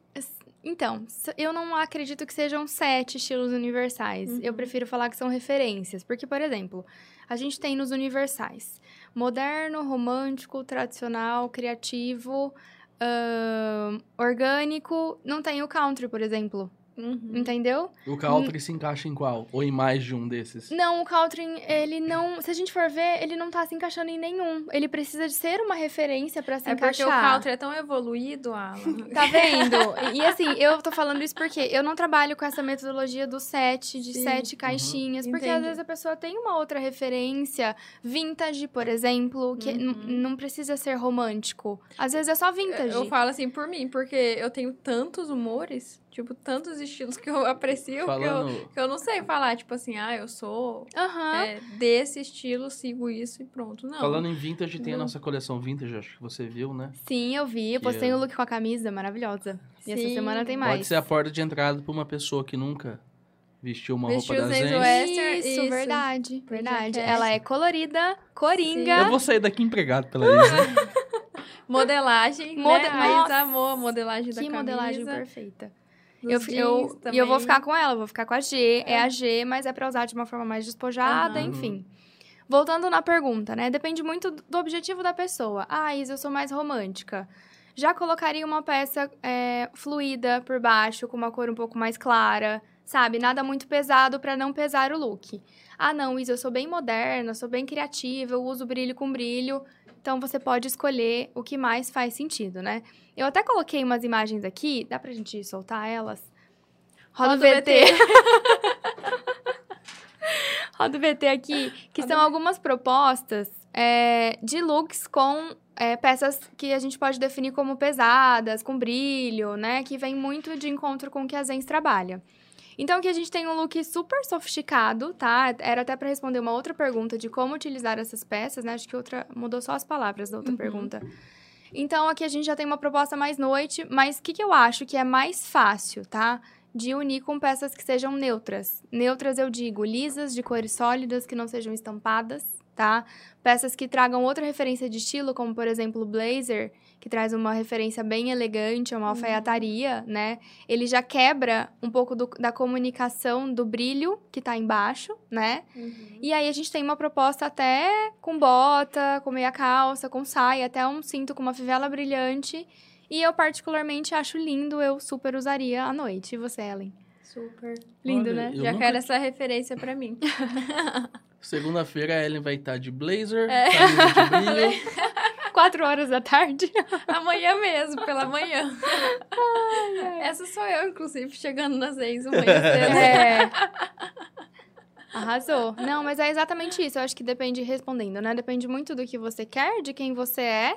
S3: Então, s- eu não acredito que sejam sete estilos universais.
S2: Uhum.
S3: Eu prefiro falar que são referências. Porque, por exemplo, a gente tem nos universais moderno, romântico, tradicional, criativo, ahn, orgânico. Não tem o country, por exemplo. Então,
S2: Uhum.
S3: Entendeu?
S1: O Country se encaixa em qual? Ou em mais de um desses?
S3: Não, o country, ele não. Se a gente for ver, ele não tá se encaixando em nenhum. Ele precisa de ser uma referência pra se
S2: É
S3: encaixar.
S2: porque o country é tão evoluído, Alan.
S3: Tá vendo? E assim, eu tô falando isso porque eu não trabalho com essa metodologia do sete, de
S2: Sim. Uhum.
S3: sete caixinhas. Porque às
S2: Entendi.
S3: vezes a pessoa tem uma outra referência, vintage, por exemplo, que n-
S2: Uhum.
S3: não precisa ser romântico. Às vezes é só vintage.
S2: Eu falo assim por mim, porque eu tenho tantos humores, tipo, tantos estilos que eu aprecio que,
S1: Falando,
S2: eu, que eu não sei falar, tipo assim, ah, eu sou
S3: Aham.
S2: é, desse estilo, sigo isso e pronto. Não.
S1: falando em vintage, tem a
S2: Não.
S1: nossa coleção vintage, acho que você viu, né?
S3: Sim, eu vi. Eu
S1: Que
S3: postei
S1: eu-
S3: o look com a camisa, maravilhosa. E essa
S2: Sim.
S3: semana tem
S1: Pode
S3: mais.
S1: ser a porta de entrada pra uma pessoa que nunca vestiu uma
S2: Vestiu
S1: roupa da
S2: os Zenzé
S1: Zen.
S2: Western,
S3: isso,
S2: isso.
S3: verdade, verdade.
S2: jaqueta.
S3: Ela é colorida,
S1: Eu
S3: coringa.
S1: vou sair daqui empregado pela Isa.
S2: Modelagem,
S3: Mode-
S2: né? A Isa
S3: Nossa!
S2: amou a modelagem da
S3: Que
S2: camisa.
S3: modelagem perfeita. Eu,
S2: Dos jeans
S3: eu, e
S2: também.
S3: eu vou ficar com ela, eu vou ficar com a G. É, a G, mas é pra usar de uma forma mais despojada,
S1: Aham.
S3: enfim. Voltando na pergunta, né? Depende muito do objetivo da pessoa. Ah, Isa, eu sou mais romântica. Já colocaria uma peça é, fluida por baixo, com uma cor um pouco mais clara, sabe? Nada muito pesado pra não pesar o look. Ah, não, Isa, eu sou bem moderna, sou bem criativa, eu uso brilho com brilho. Então você pode escolher o que mais faz sentido, né? Eu até coloquei umas imagens aqui, dá pra gente soltar elas? Roda,
S2: Roda o
S3: o VT. Roda o VT aqui, que
S2: Roda
S3: são algumas propostas é, de looks com é, peças que a gente pode definir como pesadas, com brilho, né? Que vem muito de encontro com o que a Zens trabalha. Então, aqui a gente tem um look super sofisticado, tá? Era até pra responder uma outra pergunta de como utilizar essas peças, né? Acho que outra mudou só as palavras da outra
S2: Uhum.
S3: pergunta. Então, aqui a gente já tem uma proposta mais noite, mas o que, que eu acho que é mais fácil, tá? De unir com peças que sejam neutras. Neutras, eu digo, lisas, de cores sólidas, que não sejam estampadas, tá? Peças que tragam outra referência de estilo, como, por exemplo, o blazer, que traz uma referência bem elegante, uma alfaiataria, né? ele já quebra um pouco do- da comunicação do brilho que tá embaixo, né?
S2: Uhum.
S3: E aí a gente tem uma proposta até com bota, com meia calça, com saia, até um cinto com uma fivela brilhante. E eu particularmente acho lindo, eu super usaria à noite. E você, Ellen?
S2: Super.
S3: Lindo,
S1: Olha,
S3: né?
S1: Eu
S2: Já
S1: nunca-
S2: quero essa referência pra mim.
S1: Segunda-feira a Ellen vai estar de blazer,
S2: É.
S1: camisa de brilho.
S3: Quatro horas da tarde?
S2: Amanhã mesmo, pela manhã. Essa sou eu, inclusive, chegando nas seis, amanhã cedo.
S3: É. Arrasou. Não, mas é exatamente isso. Eu acho que depende, respondendo, né? Depende muito do que você quer, de quem você é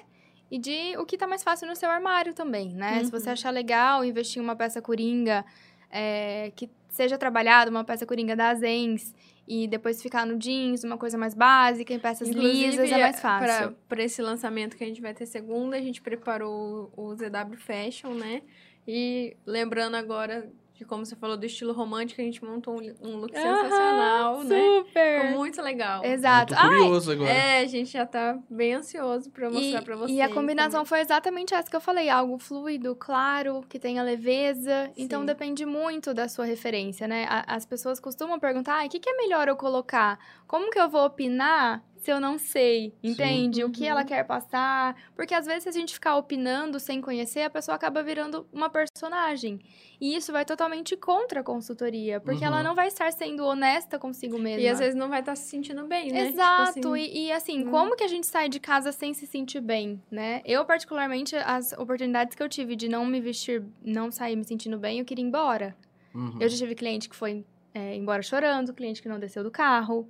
S3: e de o que tá mais fácil no seu armário também, né? Se você
S2: Uhum.
S3: achar legal investir em uma peça coringa é, que seja trabalhada, uma peça coringa da Zens e depois ficar no jeans, uma coisa mais básica, em peças lisas, é mais fácil.
S2: Pra, pra esse lançamento que a gente vai ter segunda, a gente preparou o o ZW Fashion, né? E lembrando agora de como você falou do estilo romântico, a gente montou um, um look sensacional, né?
S3: Super!
S2: Ficou muito legal.
S3: Exato.
S1: Eu tô curioso agora.
S2: É, a gente já tá bem ansioso pra mostrar pra vocês.
S3: e a combinação foi exatamente essa que eu falei: algo fluido, claro, que tenha leveza. Então
S2: Sim.
S3: depende muito da sua referência, né? A- as pessoas costumam perguntar: "Ai, o que, que é melhor eu colocar? Como que eu vou opinar se eu não sei?
S1: Sim.
S3: Entende? O que
S2: Uhum.
S3: ela quer passar? Porque às vezes, se a gente ficar opinando sem conhecer, a pessoa acaba virando uma personagem. E isso vai totalmente contra a consultoria, porque ela
S1: Uhum.
S3: não vai estar sendo honesta consigo mesma.
S2: E às vezes não vai estar se sentindo bem, né? Tipo
S3: Exato.
S2: assim,
S3: e, e, assim,
S2: hum.
S3: como que a gente sai de casa sem se sentir bem, né? Eu, particularmente, as oportunidades que eu tive de não me vestir, não sair me sentindo bem, eu queria ir embora.
S1: Uhum.
S3: Eu já tive cliente que foi é, embora chorando, cliente que não desceu do carro.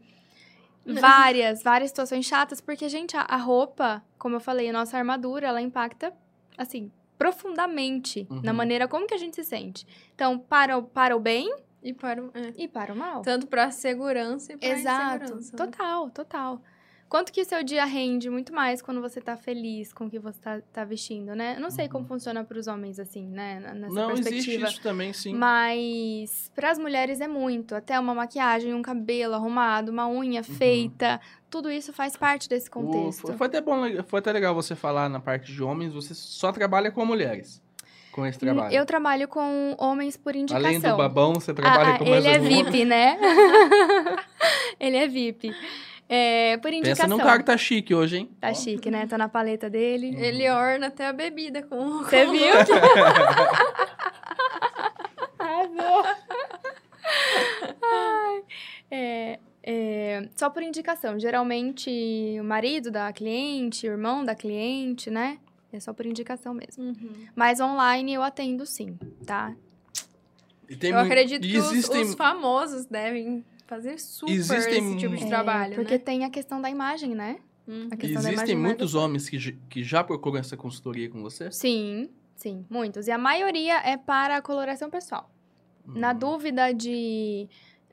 S3: Várias, várias situações chatas, porque, gente, a, a roupa, como eu falei, a nossa armadura, ela impacta, assim, profundamente na
S1: Uhum.
S3: maneira como que a gente se sente. Então, para o, para o bem
S2: E para o- é.
S3: e para o mal.
S2: Tanto pra segurança e pra
S3: Exato.
S2: insegurança. né?
S3: Total, total. Quanto que o seu dia rende muito mais quando você tá feliz com o que você tá, tá vestindo, né? Eu não sei
S1: Uhum.
S3: como funciona pros homens assim, né? N- Nessa
S1: Não existe
S3: perspectiva.
S1: isso também, sim.
S3: Mas para as mulheres é muito, até uma maquiagem, um cabelo arrumado, uma unha
S1: Uhum.
S3: feita, tudo isso faz parte desse
S1: O-
S3: contexto.
S1: foi, foi até bom, foi até legal você falar na parte de homens, você só trabalha com mulheres. Com esse trabalho.
S3: Hum, Eu trabalho com homens por indicação.
S1: Além do babão, você
S3: Ah,
S1: trabalha
S3: ah,
S1: com mais
S3: ele é
S1: algum homem?
S3: VIP, né? ele é VIP. É, por
S1: Pensa
S3: indicação.
S1: num cara que tá chique hoje, hein?
S3: Tá
S1: Ó.
S3: chique, né? Tá na paleta dele.
S2: Ele orna até a bebida com
S3: Você
S2: com-
S3: viu? Ai. É, é, só por indicação. Geralmente, o marido da cliente, o irmão da cliente, né? É só por indicação mesmo.
S2: Uhum.
S3: Mas online eu atendo sim, tá?
S1: E tem
S2: Eu
S1: mui-
S2: acredito
S1: e
S2: que os-
S1: existem...
S2: os, famosos devem fazer super
S1: Existem
S2: esse tipo de
S1: mu-
S3: É,
S2: trabalho,
S3: Porque
S2: né?
S3: tem a questão da imagem, né?
S2: Uhum.
S3: A questão da
S1: Existem
S3: imagem mais
S1: muitos homens que, j- que já procuram essa consultoria com você?
S3: Sim, sim, muitos. E a maioria é para a coloração pessoal. Na
S1: Hum.
S3: dúvida de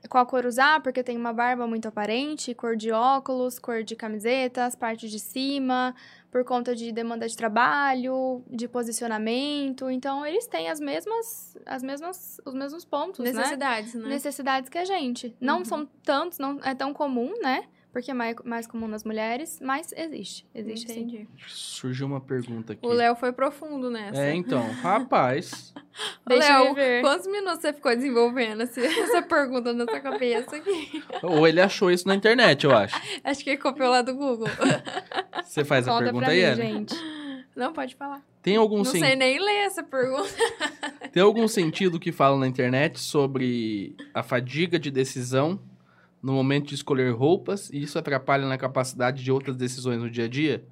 S3: qual cor usar, porque eu tenho uma barba muito aparente, cor de óculos, cor de camiseta, as partes de cima, por conta de demanda de trabalho, de posicionamento. Então, eles têm as mesmas, as mesmas, os mesmos pontos, né?
S2: Necessidades, né?
S3: Necessidades que a gente. Não
S2: Uhum.
S3: são tantos, não é tão comum, né? porque é mais, mais comum nas mulheres, mas existe. Existe sim.
S2: Entendi.
S1: Surgiu uma pergunta aqui.
S2: O Léo foi profundo nessa.
S1: É, então, rapaz,
S2: Ô,
S3: Deixa eu
S2: Léo,
S3: ver.
S2: quantos minutos você ficou desenvolvendo esse- essa pergunta na sua cabeça aqui?
S1: ou ele achou isso na internet, eu acho.
S2: Acho que ele copiou lá do Google.
S1: Você faz a
S3: Conta
S1: pergunta
S3: pra
S1: aí,
S3: mim,
S1: Ellen.
S3: gente.
S2: Não, pode falar.
S1: Tem algum
S2: Não
S1: sen-
S2: sei nem ler essa pergunta.
S1: Tem algum sentido que falam na internet sobre a fadiga de decisão no momento de escolher roupas e isso atrapalha na capacidade de outras decisões no dia a dia?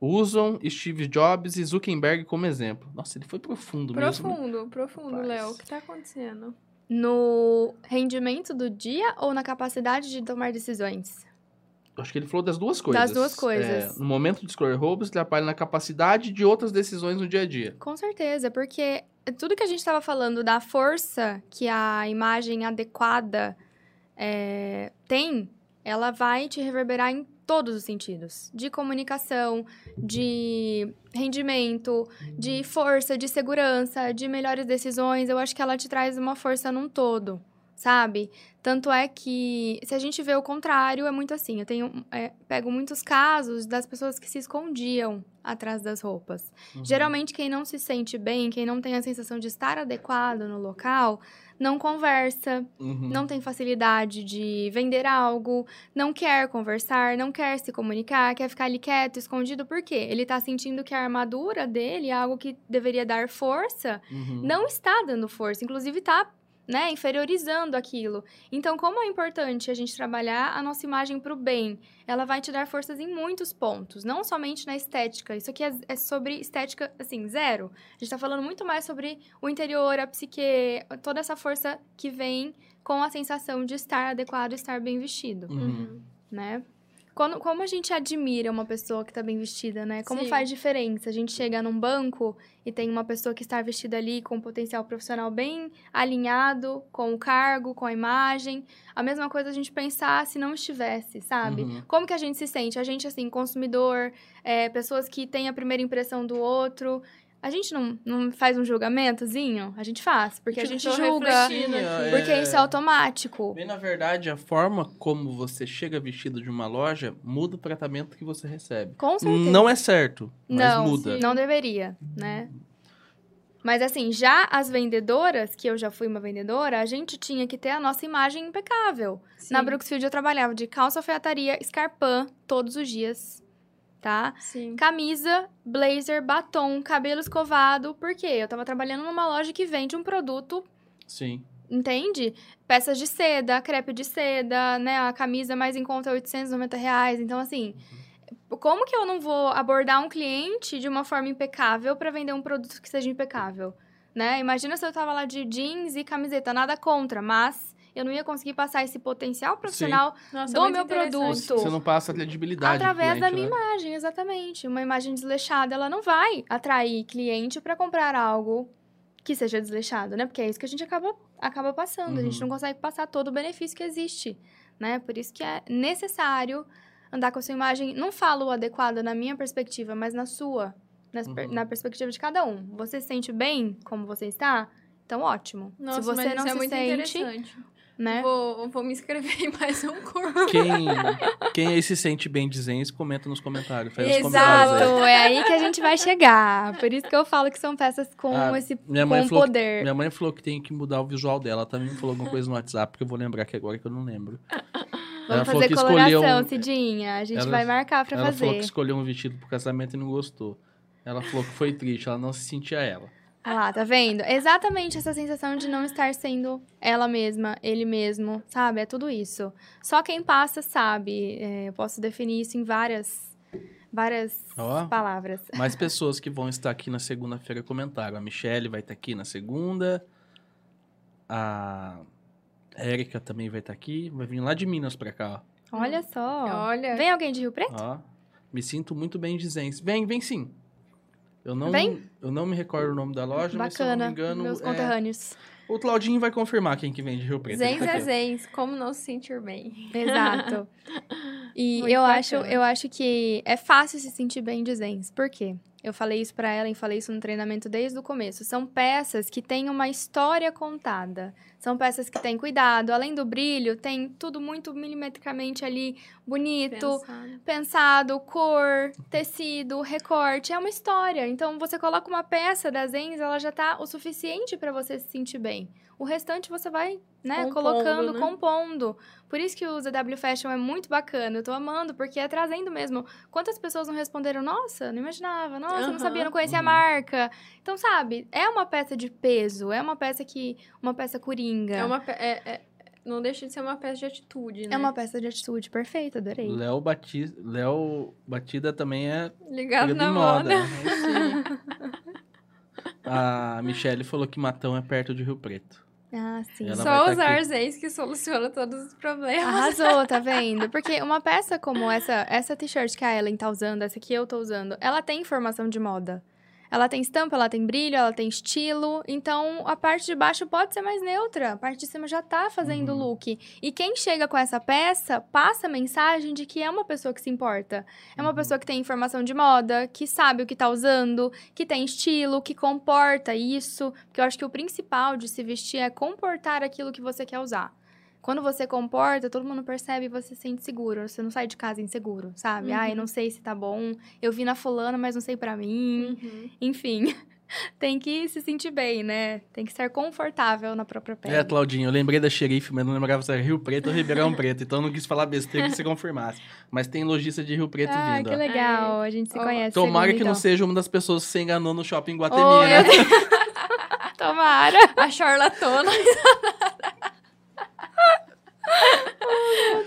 S1: Usam Steve Jobs e Zuckerberg como exemplo. Nossa, ele foi profundo, mesmo.
S2: Profundo, profundo,
S1: Rapaz.
S2: Léo. O que tá acontecendo?
S3: No rendimento do dia ou na capacidade de tomar decisões?
S1: Acho que ele falou das duas coisas.
S3: duas coisas.
S1: É, no momento de escolher roupas, ele atrapalha na capacidade de outras decisões no dia a dia.
S3: Com certeza, porque tudo que a gente estava falando da força que a imagem adequada é, tem, ela vai te reverberar em todos os sentidos: de comunicação, de rendimento, de força, de segurança, de melhores decisões. Eu acho que ela te traz uma força num todo, sabe? Tanto é que, se a gente vê o contrário, é muito assim. Eu tenho, é, pego muitos casos das pessoas que se escondiam atrás das roupas.
S1: Uhum.
S3: Geralmente, quem não se sente bem, quem não tem a sensação de estar adequado no local, não conversa,
S1: Uhum.
S3: não tem facilidade de vender algo, não quer conversar, não quer se comunicar, quer ficar ali quieto, escondido, por quê? Ele tá sentindo que a armadura dele, é algo que deveria dar força,
S1: Uhum.
S3: não está dando força, inclusive está né, inferiorizando aquilo. Então, como é importante a gente trabalhar a nossa imagem para o bem, ela vai te dar forças em muitos pontos, não somente na estética. Isso aqui é, é sobre estética, assim, zero. A gente está falando muito mais sobre o interior, a psique, toda essa força que vem com a sensação de estar adequado, estar bem vestido,
S1: Uhum.
S3: né? Quando, como a gente admira uma pessoa que está bem vestida, né? Como
S2: Sim.
S3: faz diferença? A gente chega num banco e tem uma pessoa que está vestida ali com um potencial profissional bem alinhado com o cargo, com a imagem. A mesma coisa a gente pensar se não estivesse, sabe?
S1: Uhum.
S3: Como que a gente se sente? A gente, assim, consumidor, é, pessoas que têm a primeira impressão do outro. A gente não, não faz um julgamentozinho? A gente faz, porque
S1: Tipo,
S3: a gente tá
S2: Tô
S3: Tipo, julga,
S2: refletindo aqui.
S1: É.
S3: porque isso é automático.
S1: Bem, na verdade, a forma como você chega vestido de uma loja muda o tratamento que você recebe.
S3: Com certeza.
S1: Não é certo, mas
S3: Não,
S1: muda.
S2: sim.
S3: Não deveria, né? Mas assim, já as vendedoras, que eu já fui uma vendedora, a gente tinha que ter a nossa imagem impecável.
S2: Sim,
S3: Na Brooksfield eu trabalhava de calça alfaiataria, escarpã todos os dias, tá?
S2: Sim.
S3: Camisa, blazer, batom, cabelo escovado, porque eu tava trabalhando numa loja que vende um produto,
S1: Sim.
S3: entende? Peças de seda, crepe de seda, né? A camisa mais em conta é 890 reais. Então, assim, como que eu não vou abordar um cliente de uma forma impecável para vender um produto que seja impecável, né? Imagina se eu tava lá de jeans e camiseta, nada contra, mas eu não ia conseguir passar esse potencial profissional
S2: Nossa, é
S3: do
S2: muito
S3: meu produto.
S2: interessante.
S1: Você não passa a credibilidade. pro
S3: através da
S1: cliente,
S3: minha
S1: né?
S3: imagem, exatamente. Uma imagem desleixada, ela não vai atrair cliente para comprar algo que seja desleixado, né? Porque é isso que a gente acaba, acaba passando. A gente
S1: Uhum.
S3: não consegue passar todo o benefício que existe, né? Por isso que é necessário andar com a sua imagem. Não falo adequada na minha perspectiva, mas na sua, na, per-
S1: Uhum.
S3: na perspectiva de cada um. Você se sente bem como você está? Então, ótimo.
S2: Nossa,
S3: se você
S2: mas
S3: não
S2: isso é
S3: se
S2: muito
S3: sente,
S2: interessante.
S3: né?
S2: Vou, vou me inscrever em mais um curso.
S1: Quem, quem aí se sente bem dizendo, comenta nos comentários. Faz os comentários aí.
S3: Exato, é aí que a gente vai chegar. Por isso que eu falo que são peças com
S1: Ah,
S3: esse
S1: Minha
S3: com
S1: mãe, falou que,
S3: poder.
S1: minha mãe falou que tem que mudar o visual dela. Ela também me falou alguma coisa no WhatsApp, que eu vou lembrar aqui agora que eu não lembro. ela falou
S3: Vamos fazer
S1: que escolheu
S3: coloração,
S1: um-
S3: Cidinha. A gente
S1: Ela-
S3: vai marcar pra
S1: ela falou
S3: fazer.
S1: que escolheu um vestido pro casamento e não gostou. Ela falou que foi triste, ela não se sentia ela.
S3: Olha lá, tá vendo? Exatamente essa sensação de não estar sendo ela mesma, ele mesmo, sabe? É tudo isso. Só quem passa sabe. É, eu posso definir isso em várias, várias
S1: Ó.
S3: palavras.
S1: Mais pessoas que vão estar aqui na segunda-feira comentaram. A Michelle vai estar aqui na segunda. A Érica também vai estar aqui. Vai vir lá de Minas pra cá,
S3: Olha só.
S2: Olha,
S3: Vem alguém de Rio Preto?
S1: ó. Ó. Me sinto muito bem dizense. Vem, vem sim. Eu não,
S3: Vem?
S1: eu não me recordo o nome da loja, mas se eu não
S3: Bacana.
S1: me engano.
S3: meus
S1: é-
S3: conterrâneos.
S1: O Claudinho vai confirmar quem que vem de Rio Preto. Ele
S2: zens
S1: tá
S2: é
S1: aqui.
S2: zens. Como não se sentir bem?
S3: Exato. E
S2: Muito
S3: eu acho,
S2: bacana.
S3: eu acho que é fácil se sentir bem de zens. Por quê? Eu falei isso para ela e falei isso no treinamento desde o começo. São peças que têm uma história contada. São peças que têm cuidado, além do brilho, tem tudo muito milimetricamente ali bonito,
S2: Pensado.
S3: pensado, cor, tecido, recorte, é uma história. Então você coloca uma peça das Zenz, ela já tá o suficiente para você se sentir bem. O restante você vai, né,
S2: Compondo,
S3: colocando,
S2: né?
S3: compondo. Por isso que o ZW Fashion é muito bacana. Eu tô amando porque é trazendo mesmo. Quantas pessoas não responderam? Nossa, não imaginava. Nossa, não
S2: Aham.
S3: sabia, não conhecia
S1: Uhum.
S3: a marca. Então, sabe, é uma peça de peso, é uma peça que uma peça coringa.
S2: É uma pe- é- é- não deixa de ser uma peça de atitude, né?
S3: É uma peça de atitude perfeita, adorei.
S1: Léo Batista, Léo Batida também é pega de
S2: Ligado na
S1: moda. né? É
S2: moda.
S1: A Michelle falou que Matão é perto de Rio Preto.
S3: Ah, sim.
S1: Ela vai
S2: Só
S1: tá
S2: os
S1: aqui.
S2: arzeis que solucionam todos os problemas.
S3: Arrasou, tá vendo? Porque uma peça como essa, essa t-shirt que a Ellen tá usando, essa que eu tô usando, ela tem informação de moda. Ela tem estampa, ela tem brilho, ela tem estilo. Então, a parte de baixo pode ser mais neutra. A parte de cima já tá fazendo o
S1: Uhum.
S3: look. E quem chega com essa peça, passa a mensagem de que é uma pessoa que se importa. É uma
S1: Uhum.
S3: pessoa que tem informação de moda, que sabe o que tá usando, que tem estilo, que comporta isso. Porque eu acho que o principal de se vestir é comportar aquilo que você quer usar. Quando você comporta, todo mundo percebe e você se sente seguro. Você não sai de casa inseguro, sabe?
S2: Uhum.
S3: Ah, eu não sei se tá bom. Eu vi na fulana, mas não sei pra mim.
S2: Uhum.
S3: Enfim, tem que se sentir bem, né? Tem que estar confortável na própria pele.
S1: É, Claudinho, eu lembrei da xerife, mas não lembrava se era Rio Preto ou Ribeirão Preto. Então eu não quis falar besteira que se confirmasse. Mas tem lojista de Rio Preto
S3: ah,
S1: vindo.
S3: que
S1: ó.
S3: legal. A gente se
S2: Ó,
S3: conhece.
S1: Tomara
S3: segundo,
S1: que não
S3: então.
S1: seja uma das pessoas que você enganou no shopping Guatemi,
S3: Oh,
S1: né?
S3: meu Deus. Tomara.
S2: A charlatona.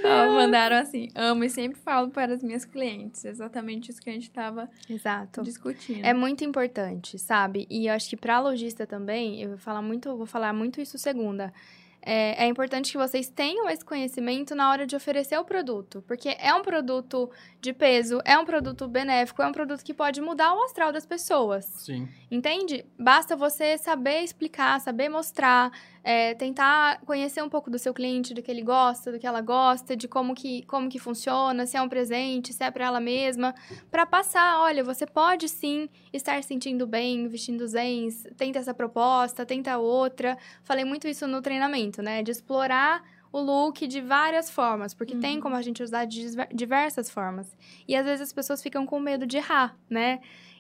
S2: Ó, mandaram assim, amo e sempre falo para as minhas clientes. Exatamente isso que a gente estava
S3: Exato.
S2: discutindo.
S3: É muito importante, sabe? E eu acho que pra lojista também, eu vou falar muito, vou falar muito isso segunda. É, é importante que vocês tenham esse conhecimento na hora de oferecer o produto, porque é um produto de peso, é um produto benéfico, é um produto que pode mudar o astral das pessoas,
S1: Sim.
S3: entende? Basta você saber explicar, saber mostrar, é, tentar conhecer um pouco do seu cliente, do que ele gosta, do que ela gosta, de como que, como que funciona, se é um presente, se é para ela mesma, para passar, olha, você pode sim estar se sentindo bem, vestindo zens, tenta essa proposta, tenta outra. Falei muito isso no treinamento, né? De explorar o look de várias formas, porque tem
S2: Uhum.
S3: como a gente usar de disver- diversas formas. E às vezes as pessoas ficam com medo de errar, né?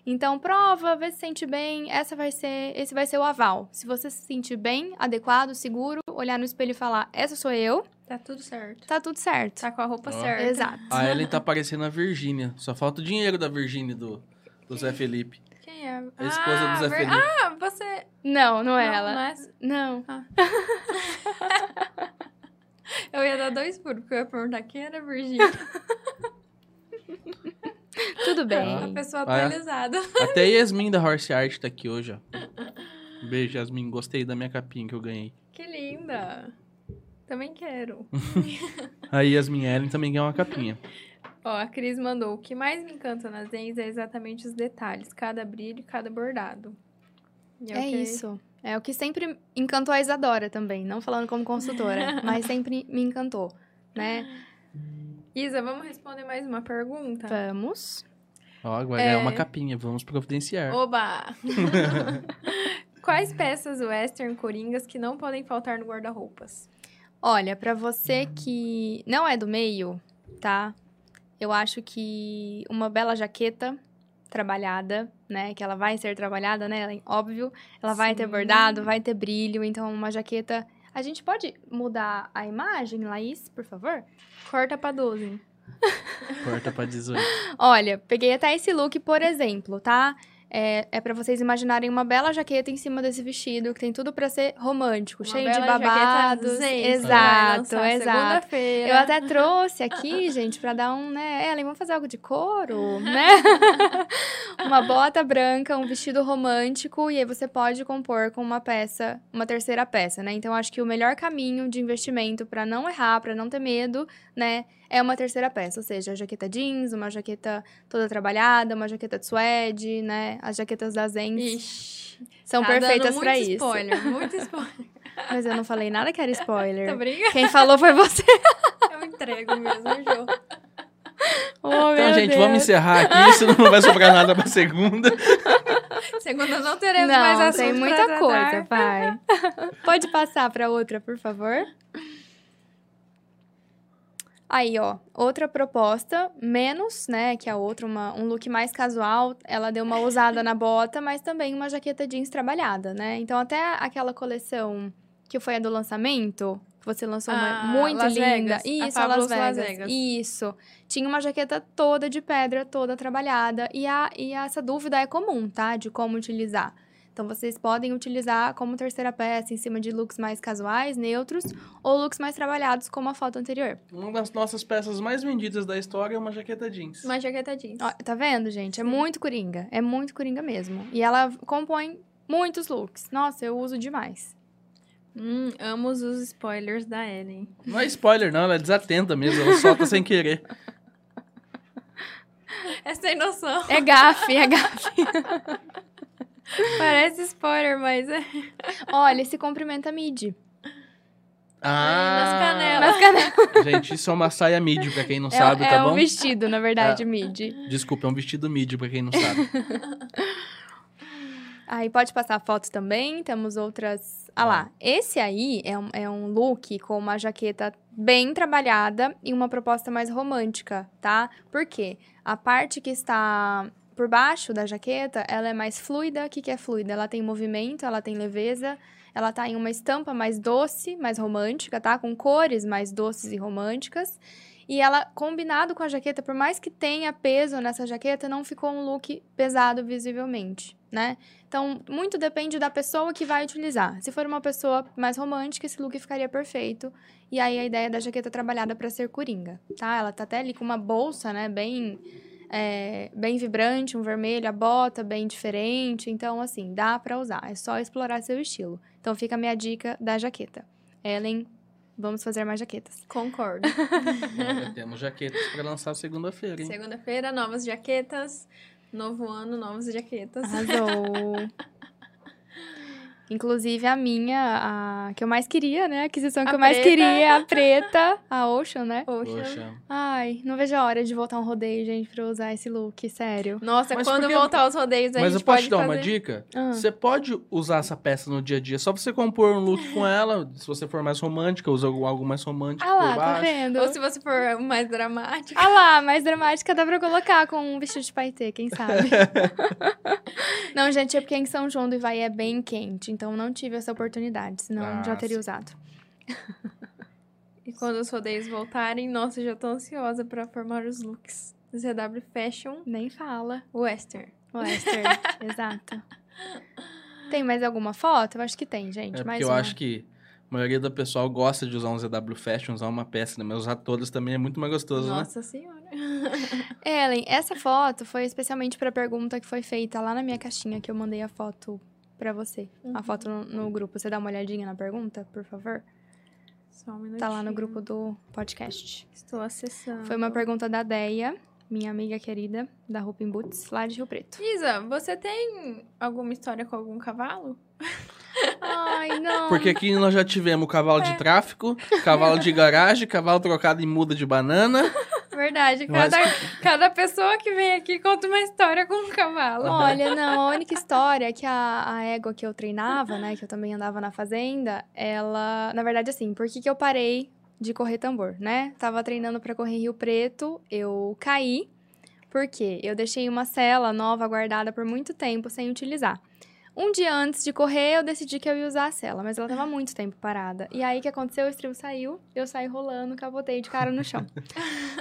S3: Então prova, vê se sente bem, essa vai ser, esse vai ser o aval. Se você se sentir bem, adequado, seguro, olhar no espelho e falar, essa sou eu,
S2: Tá tudo certo.
S3: tá tudo certo.
S2: Tá com a roupa
S1: Ó.
S2: certa.
S3: Exato.
S1: A Ellen tá parecendo a Virgínia. Só falta o dinheiro da Virgínia e do, do Zé Felipe.
S2: Quem é?
S1: A esposa
S2: ah,
S1: do Zé
S2: ver-
S1: Felipe.
S2: Ah, você...
S3: Não, não
S2: Não,
S3: é ela.
S2: não é-
S3: Não.
S2: Eu ia dar dois furos, porque eu ia perguntar quem era a Virgínia.
S3: Tudo
S2: A
S3: bem.
S2: pessoa
S1: Vai.
S2: atualizada.
S1: Até a Yasmin da Horse Art tá aqui hoje, ó. Um Beijo, Yasmin. Gostei da minha capinha que eu ganhei.
S2: Que linda. Também quero.
S1: A Yasmin Ellen também ganhou uma capinha.
S2: Ó, a Cris mandou. O que mais me encanta nas Zens é exatamente os detalhes. Cada brilho e cada bordado. E
S3: É
S2: o que-
S3: isso. É o que sempre encantou a Isadora também, não falando como consultora, mas sempre me encantou, né?
S2: Isa, vamos responder mais uma pergunta?
S3: Tá. Vamos.
S1: Ó, agora é... uma capinha. Vamos providenciar.
S2: Oba! Quais peças western coringas que não podem faltar no guarda-roupas?
S3: Olha, pra você que não é do meio, tá? Eu acho que uma bela jaqueta trabalhada, né? Que ela vai ser trabalhada, né? Ellen? Óbvio. Ela vai ter
S2: Sim.
S3: bordado, vai ter brilho. Então, uma jaqueta. A gente pode mudar a imagem, Laís, por favor?
S2: Corta pra 12.
S1: Corta pra 18.
S3: Olha, peguei até esse look, por exemplo, tá? É, é para vocês imaginarem uma bela jaqueta em cima desse vestido, que tem tudo pra ser romântico,
S2: Uma
S3: cheio de
S2: bela jaqueta
S3: babados.
S2: zen, que vai
S3: Exato,
S2: lançar
S3: exato.
S2: Segunda-feira.
S3: Eu até trouxe aqui, gente, pra dar um, né? Ellen, vamos fazer algo de couro, né? uma bota branca, um vestido romântico, e aí você pode compor com uma peça, uma terceira peça, né? Então, acho que o melhor caminho de investimento pra não errar, pra não ter medo, né? É uma terceira peça, ou seja, a jaqueta jeans, uma jaqueta toda trabalhada, uma jaqueta de suede, né? As jaquetas das Zens
S2: Ixi.
S3: são
S2: tá
S3: perfeitas
S2: dando
S3: pra
S2: muito
S3: isso.
S2: spoiler, muito spoiler.
S3: Mas eu não falei nada que era
S2: Tá
S3: spoiler.
S2: brincando?
S3: Quem falou foi você.
S2: Eu entrego mesmo, Jô.
S3: Oh,
S1: Então, gente, vamos encerrar aqui, senão não vai sobrar nada pra segunda.
S2: Segunda não
S3: Não,
S2: teremos mais assunto
S3: tem
S2: pra
S3: muita
S2: tratar.
S3: coisa, pai. Pode passar pra outra, por favor? Aí, ó, outra proposta, menos, né, que a outra, uma- um look mais casual. Ela deu uma ousada na bota, mas também uma jaqueta jeans trabalhada, né? Então, até aquela coleção que foi a do lançamento, que você lançou uma
S2: Ah,
S3: muito
S2: Las
S3: linda.
S2: Vegas. A
S3: Isso,
S2: Fabulous
S3: Las,
S2: Las
S3: Vegas.
S2: Vegas.
S3: Isso. Tinha uma jaqueta toda de pedra, toda trabalhada. E, a, e essa dúvida é comum, tá? De como utilizar. Então, vocês podem utilizar como terceira peça em cima de looks mais casuais, neutros, ou looks mais trabalhados, como a foto anterior.
S1: Uma das nossas peças mais vendidas da história é uma jaqueta jeans.
S2: Uma jaqueta jeans.
S3: Ó, tá vendo, gente? É muito coringa. É muito coringa mesmo. E ela compõe muitos looks. Nossa, eu uso demais.
S2: Hum, amo os spoilers da Ellen.
S1: Não é spoiler, não, ela é desatenta mesmo, ela solta sem querer.
S2: É sem noção.
S3: É gafe, é gafe.
S2: Parece spoiler, mas é.
S3: Olha, se cumprimenta mid.
S1: Ah.
S2: nas canelas.
S3: Mas, cara,
S1: Gente, isso é uma saia midi, pra quem não
S3: é,
S1: sabe,
S3: é
S1: tá
S3: um
S1: bom? É.
S3: vestido, na verdade, mid.
S1: Desculpa, é um vestido midi, pra quem não sabe.
S3: Aí pode passar a foto também, temos outras. Ah lá, esse aí é um, é um look com uma jaqueta bem trabalhada e uma proposta mais romântica, tá? Por quê? A parte que está por baixo da jaqueta, ela é mais fluida. O que, que é fluida? Ela tem movimento, ela tem leveza, ela tá em uma estampa mais doce, mais romântica, tá? Com cores mais doces e românticas. E ela, combinado com a jaqueta, por mais que tenha peso nessa jaqueta, não ficou um look pesado visivelmente, né? Então, muito depende da pessoa que vai utilizar. Se for uma pessoa mais romântica, esse look ficaria perfeito. E aí a ideia da jaqueta trabalhada para ser coringa, tá? Ela tá até ali com uma bolsa, né? Bem, é, bem vibrante, um vermelho, a bota bem diferente. Então, assim, dá para usar. É só explorar seu estilo. Então, fica a minha dica da jaqueta. Ellen, vamos fazer mais jaquetas.
S2: Concordo.
S1: Olha, Temos jaquetas pra lançar segunda-feira, hein?
S2: Segunda-feira, novas jaquetas. Novo ano, novas jaquetas.
S1: Ah.
S3: Arrasou! Inclusive a minha, a que eu mais queria, né? A aquisição que
S2: A
S3: eu mais
S2: preta.
S3: queria, a preta, a Ocean, né?
S2: Poxa.
S1: Poxa.
S3: Ai, não vejo a hora de voltar um rodeio, gente, pra eu usar esse look, sério.
S2: Nossa,
S1: Mas
S2: quando
S1: por que-
S2: voltar aos rodeios, a
S1: Mas
S2: gente
S1: eu posso
S2: pode
S1: te dar
S2: fazer...
S1: uma dica?
S3: Ah.
S1: Você pode usar essa peça no dia a dia, só você compor um look com ela, se você for mais romântica, usa algum- algo mais romântico
S3: Ah lá,
S1: por
S3: tá
S1: baixo.
S3: vendo?
S2: Ou se você for mais dramática.
S3: Ah lá, mais dramática dá pra colocar com um vestido de paetê, quem sabe? não, gente, é porque em São João do Ivaí é bem quente, então não tive essa oportunidade, senão
S1: Ah,
S3: já teria
S1: sim.
S3: usado.
S2: E quando os rodeios voltarem, nossa, eu já tô ansiosa pra formar os looks. ZW Fashion
S3: Nem fala.
S2: Western.
S3: Wester, exato. Tem mais alguma foto? Eu acho que tem, gente.
S1: É
S3: mais
S1: porque eu
S3: uma.
S1: acho que a maioria do pessoal gosta de usar um ZW Fashion, usar uma peça, né? mas usar todas também é muito mais gostoso, né?
S2: Nossa senhora.
S3: Ellen, essa foto foi especialmente pra pergunta que foi feita lá na minha caixinha que eu mandei a foto pra você. A
S2: Uhum.
S3: foto no, no grupo. Você dá uma olhadinha na pergunta, por favor?
S2: Só um minutinho.
S3: Tá lá no grupo do podcast.
S2: Estou acessando.
S3: Foi uma pergunta da Deia, minha amiga querida, da Rupin Boots, lá de Rio Preto.
S2: Isa, você tem alguma história com algum cavalo?
S3: Ai, não. É.
S1: Porque aqui nós já tivemos cavalo de tráfico, cavalo de garagem, cavalo trocado em muda de banana.
S2: Verdade,
S1: Mas-
S2: cada, cada pessoa que vem aqui conta uma história com um cavalo.
S3: Olha, não, a única história é que a, a égua que eu treinava, né, que eu também andava na fazenda, ela, na verdade, assim, por que, que eu parei de correr tambor, né? Tava treinando pra correr em Rio Preto, eu caí, porque eu deixei uma cela nova guardada por muito tempo sem utilizar. Um dia antes de correr, eu decidi que eu ia usar a cela, mas ela tava muito tempo parada. E aí, o que aconteceu? O estribo saiu, eu saí rolando, capotei de cara no chão.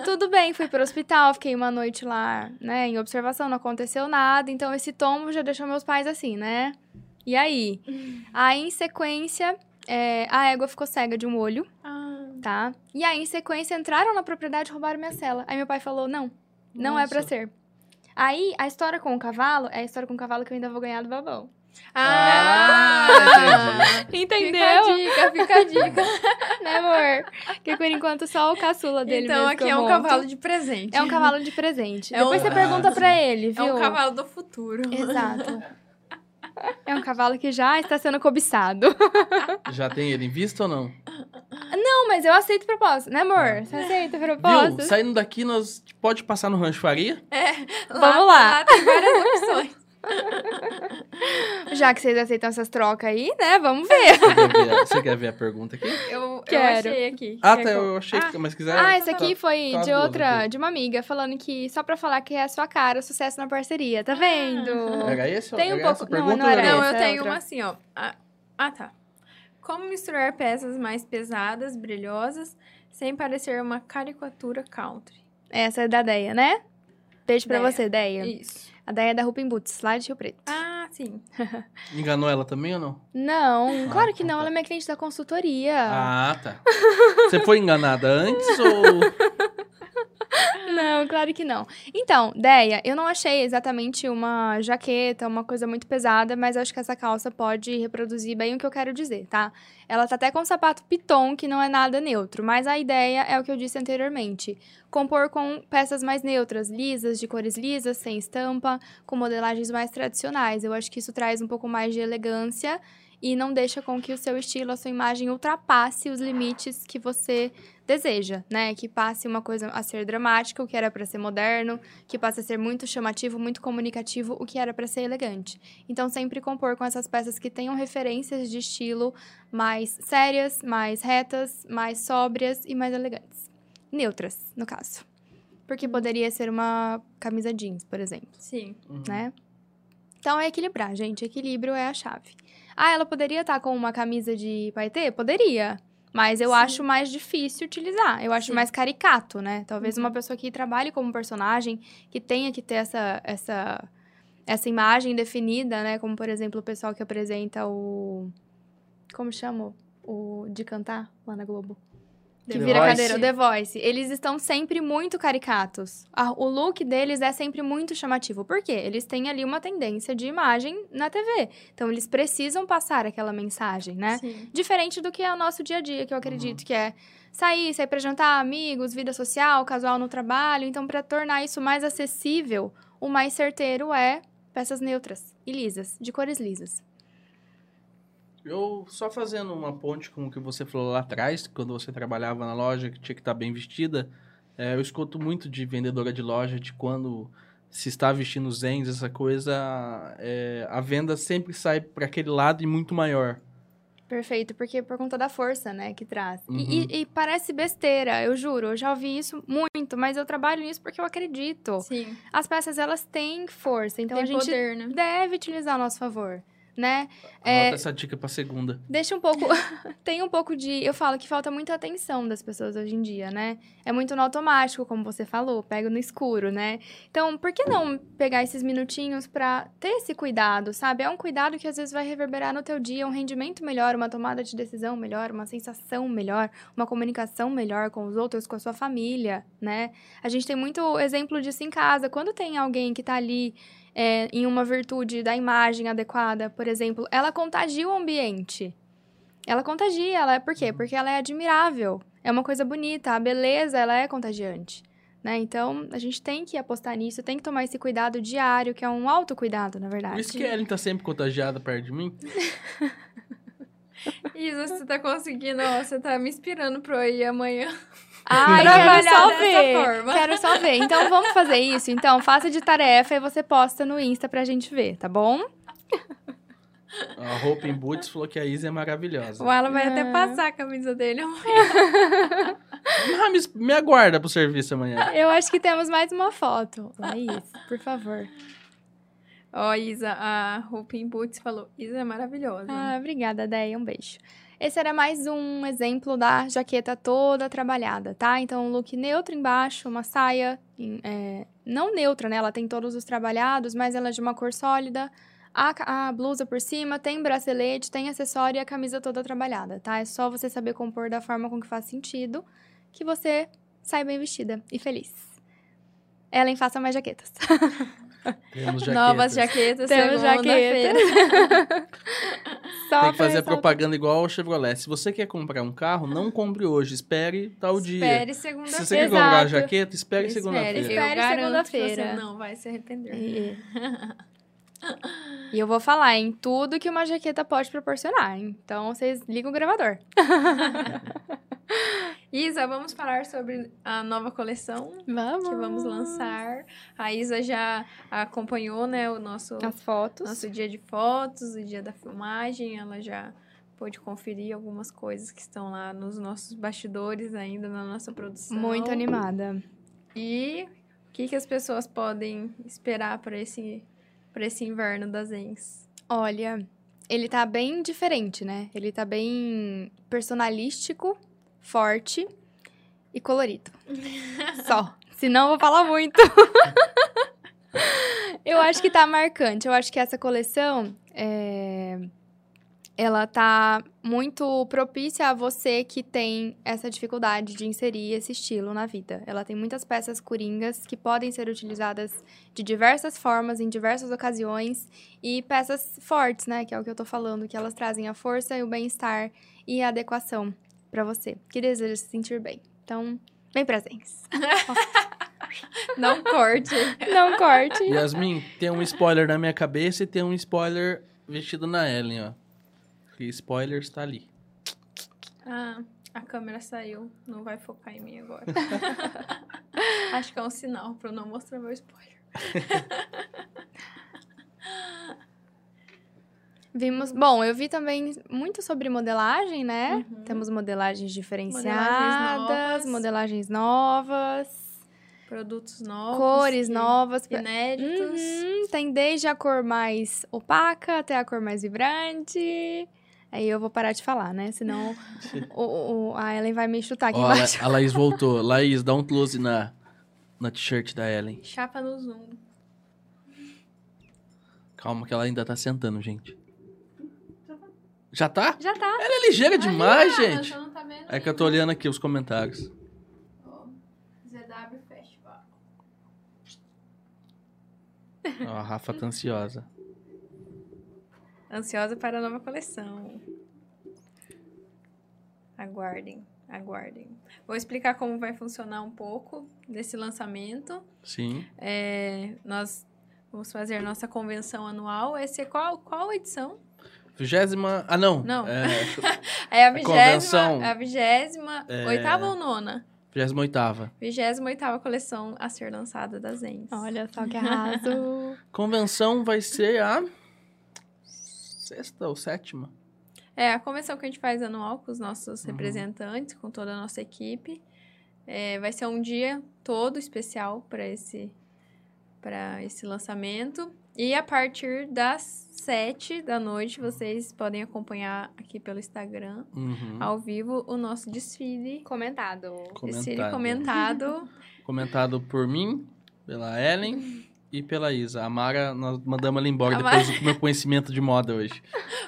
S3: Tudo bem, fui pro hospital, fiquei uma noite lá, né, em observação, não aconteceu nada. Então, esse tombo já deixou meus pais assim, né? E aí? Aí, em sequência, é, a égua ficou cega de um olho,
S2: Ah,
S3: tá? E aí, em sequência, entraram na propriedade e roubaram minha cela. Aí, meu pai falou, não, não é pra
S1: Nossa.
S3: ser. Aí, a história com o cavalo é a história com o cavalo que eu ainda vou ganhar do babão.
S1: Ah,
S2: Ah!
S3: Entendeu?
S2: Fica a dica, fica a dica.
S3: né, amor? Porque, por enquanto, só o caçula dele
S2: então
S3: mesmo que
S2: aqui
S3: eu
S2: é um
S3: monto.
S2: cavalo de presente.
S3: É um cavalo de presente.
S2: É
S3: Depois
S2: um-
S3: você pergunta pra ele,
S2: É
S3: viu?
S2: um cavalo do futuro.
S3: Exato. É um cavalo que já está sendo cobiçado.
S1: Já tem ele em vista ou não?
S3: Não, mas eu aceito proposta, né, amor? Você aceita
S1: Viu?
S3: proposta?
S1: Saindo daqui, nós pode passar no Rancho Faria?
S3: Vamos lá.
S2: tem várias opções.
S3: Já que vocês aceitam essas trocas aí, né? Vamos ver.
S1: Você quer ver a, você quer ver a pergunta aqui?
S2: Eu, eu
S3: Quero.
S2: achei aqui.
S1: Ah,
S2: Quer
S1: tá,
S2: que
S1: eu achei que... Mas quiser...
S3: Ah, esse
S1: tá.
S3: aqui foi
S1: tá
S3: de
S1: boa,
S3: outra,
S1: viu?
S3: de uma amiga, falando que só pra falar que é a sua cara, o sucesso na parceria,
S2: Ah.
S3: tá vendo?
S1: Era esse?
S3: Tem um
S1: Era essa
S3: pouco- não,
S1: pergunta,
S3: não era
S1: ou
S2: Não,
S3: essa
S2: eu
S3: é
S2: tenho
S3: outra.
S2: uma assim, ó. Ah, ah, tá. Como misturar peças mais pesadas, brilhosas, sem parecer uma caricatura country.
S3: Essa é da Deia, né? Beijo pra
S2: Deia.
S3: você, Deia.
S2: Isso.
S3: A Deia é da Rupin Boots, lá de Rio Preto.
S2: Ah, sim.
S1: Enganou ela também ou não?
S3: Não,
S1: Ah,
S3: claro que
S1: tá,
S3: não,
S1: tá.
S3: ela é minha cliente da consultoria.
S1: Ah, tá. Você foi enganada antes ou...
S3: Não, claro que não. Então, Deia, eu não achei exatamente uma jaqueta, uma coisa muito pesada, mas acho que essa calça pode reproduzir bem o que eu quero dizer, tá? Ela tá até com um sapato piton, que não é nada neutro, mas a ideia é o que eu disse anteriormente. Compor com peças mais neutras, lisas, de cores lisas, sem estampa, com modelagens mais tradicionais. Eu acho que isso traz um pouco mais de elegância e não deixa com que o seu estilo, a sua imagem ultrapasse os limites que você deseja, né? Que passe uma coisa a ser dramática, o que era pra ser moderno, que passe a ser muito chamativo, muito comunicativo, o que era pra ser elegante. Então, sempre compor com essas peças que tenham referências de estilo mais sérias, mais retas, mais sóbrias e mais elegantes. Neutras, no caso. Porque poderia ser uma camisa jeans, por exemplo
S2: Sim.
S3: né? Então é equilibrar, gente. Equilíbrio é a chave. Ah, ela poderia estar com uma camisa de paetê? Poderia. Mas eu
S2: Sim.
S3: acho mais difícil utilizar. Eu acho
S2: Sim.
S3: mais caricato, né? Talvez
S2: Uhum.
S3: uma pessoa que trabalhe como personagem, que tenha que ter essa, essa, essa imagem definida, né? Como, por exemplo, o pessoal que apresenta o. Como chama? O de cantar lá na Globo. Que
S1: The
S3: vira
S1: Voice.
S3: cadeira, o The Voice. Eles estão sempre muito caricatos. A- o look deles é sempre muito chamativo. Por quê? Eles têm ali uma tendência de imagem na TV. Então, eles precisam passar aquela mensagem, né?
S2: Sim.
S3: Diferente do que é o nosso dia a dia, que eu
S1: Uhum.
S3: acredito que é sair, sair pra jantar, amigos, vida social, casual no trabalho. Então, pra tornar isso mais acessível, o mais certeiro é peças neutras e lisas, de cores lisas.
S1: Eu só fazendo uma ponte com o que você falou lá atrás, quando você trabalhava na loja, que tinha que estar bem vestida, é, eu escuto muito de vendedora de loja de quando se está vestindo zens, essa coisa, é, a venda sempre sai para aquele lado e muito maior.
S3: Perfeito, porque por conta da força, né, que traz. E-
S1: Uhum.
S3: E, e parece besteira, eu juro, eu já ouvi isso muito, mas eu trabalho nisso porque eu acredito.
S2: Sim.
S3: As peças, elas têm força, então
S2: Tem
S3: a gente
S2: poder, né?
S3: deve utilizar a nosso favor, né?
S1: Anota essa dica para segunda.
S3: Deixa um pouco, tem um pouco de, eu falo que falta muita atenção das pessoas hoje em dia, né? É muito no automático, como você falou, pega no escuro, né? Então, por que não pegar esses minutinhos pra ter esse cuidado, sabe? É um cuidado que às vezes vai reverberar no teu dia, um rendimento melhor, uma tomada de decisão melhor, uma sensação melhor, uma comunicação melhor com os outros, com a sua família, né? A gente tem muito exemplo disso em casa. Quando tem alguém que tá ali é, em uma virtude da imagem adequada, por exemplo, ela contagia o ambiente. Ela contagia, ela é por
S1: Uhum.
S3: quê? Porque ela é admirável. É uma coisa bonita, a beleza, ela é contagiante. Né? Então, a gente tem que apostar nisso, tem que tomar esse cuidado diário, que é um autocuidado, na
S1: Por
S3: verdade.
S1: isso que a Ellen tá sempre contagiada perto de mim.
S2: Isa, você tá conseguindo, ó, você tá me inspirando pra eu ir amanhã.
S3: Ai, quero
S2: Trabalhar
S3: só
S2: dessa
S3: ver.
S2: forma.
S3: Quero só ver. Então vamos fazer isso. Então, faça de tarefa e você posta no Insta pra gente ver, tá bom?
S1: A Roupa em Boots falou que a Isa é maravilhosa.
S2: O Alan vai
S3: Ah.
S2: até passar a camisa dele.
S1: Ah, me, me aguarda pro serviço amanhã.
S3: Eu acho que temos mais uma foto. Laís, por favor.
S2: Ó, Isa, a Rupin Boots falou, Isa é maravilhosa.
S3: Ah, obrigada, Deia. Um beijo. Esse era mais um exemplo da jaqueta toda trabalhada, tá? Então, um look neutro embaixo, uma saia em- é, não neutra, né? Ela tem todos os trabalhados, mas ela é de uma cor sólida. A, ca- a blusa por cima, tem bracelete, tem acessório e a camisa toda trabalhada, tá? É só você saber compor da forma com que faz sentido que você sai bem vestida e feliz. Ellen, faça mais jaquetas.
S1: Temos jaquetas.
S2: Novas jaquetas,
S3: Temos
S2: segunda-feira.
S3: Só
S1: Tem que
S3: pra
S1: fazer a
S3: ressaltar.
S1: propaganda igual ao Chevrolet. Se você quer comprar um carro, não compre hoje, espere tal dia.
S2: Espere
S1: Se
S2: segunda-feira.
S1: você quer comprar a
S3: Exato.
S1: jaqueta, espere
S2: Espere,
S1: segunda-feira.
S2: eu
S3: Espere
S2: garanto que
S3: segunda-feira.
S2: você Não vai se arrepender.
S3: É. E eu vou falar em tudo que uma jaqueta pode proporcionar. hein? Então vocês ligam o gravador.
S2: Isa, vamos falar sobre a nova coleção
S3: Vamos.
S2: que vamos lançar. A Isa já acompanhou, né, o nosso
S3: As fotos.
S2: nosso dia de fotos, o dia da filmagem, ela já pôde conferir algumas coisas que estão lá nos nossos bastidores ainda na nossa produção.
S3: Muito animada.
S2: E o que, que as pessoas podem esperar para esse para esse inverno das Zens?
S3: Olha, ele tá bem diferente, né? Ele tá bem personalístico, forte e colorido. Só. Senão eu vou falar muito. eu acho que tá marcante. Eu acho que essa coleção é, ela tá muito propícia a você que tem essa dificuldade de inserir esse estilo na vida. Ela tem muitas peças coringas que podem ser utilizadas de diversas formas, em diversas ocasiões e peças fortes, né? Que é o que eu tô falando, que elas trazem a força e o bem-estar e a adequação pra você, que deseja se sentir bem. Então, bem presentes.
S2: Não corte.
S3: Não corte.
S1: Yasmin, tem um spoiler na minha cabeça e tem um spoiler vestido na Ellen, ó. Que spoiler está ali.
S2: Ah, a câmera saiu, não vai focar em mim agora. Acho que é um sinal para eu não mostrar meu spoiler.
S3: Vimos. Bom, eu vi também muito sobre modelagem, né? Temos modelagens diferenciadas,
S2: novas.
S3: modelagens novas,
S2: Produtos novos,
S3: cores
S2: que-
S3: novas.
S2: inéditos.
S3: Uhum, tem desde a cor mais opaca até a cor mais vibrante. Aí eu vou parar de falar, né? Senão o, o- a Ellen vai me chutar aqui
S1: Ó, a, La-
S3: embaixo.
S1: a Laís voltou. Laís, dá um close na, na t-shirt da Ellen.
S2: Chapa no zoom.
S1: Calma que ela ainda tá sentando, gente. Já tá?
S2: Já tá.
S1: Ela é ligeira demais,
S2: Ah,
S1: gente.
S2: só não tá vendo
S1: É que eu tô olhando aqui os comentários.
S2: Ó, ZW Festival.
S1: Ó, a Rafa tá ansiosa.
S2: Ansiosa para a nova coleção. Aguardem, aguardem. Vou explicar como vai funcionar um pouco desse lançamento.
S1: Sim.
S2: É, nós vamos fazer nossa convenção anual. Esse é qual, qual edição?
S1: Vigésima. Ah, não.
S2: Não.
S1: É,
S2: É a
S1: A
S2: vigésima,
S1: convenção.
S2: a vigésima, oitava ou nona?
S1: 28.
S2: Vigésima oitava coleção a ser lançada da Zens.
S3: Olha só que arraso.
S1: Convenção vai ser a. Sexta ou sétima?
S2: É, a convenção que a gente faz anual com os nossos representantes, com toda a nossa equipe. É, vai ser um dia todo especial para esse, pra esse lançamento. E a partir das sete da noite, vocês podem acompanhar aqui pelo Instagram,
S1: Uhum.
S2: ao vivo, o nosso desfile.
S3: Comentado.
S2: Desfile comentado.
S1: Comentado por mim, pela Ellen e pela Isa. A Mara, nós mandamos ela embora
S2: A
S1: depois do meu conhecimento de moda hoje.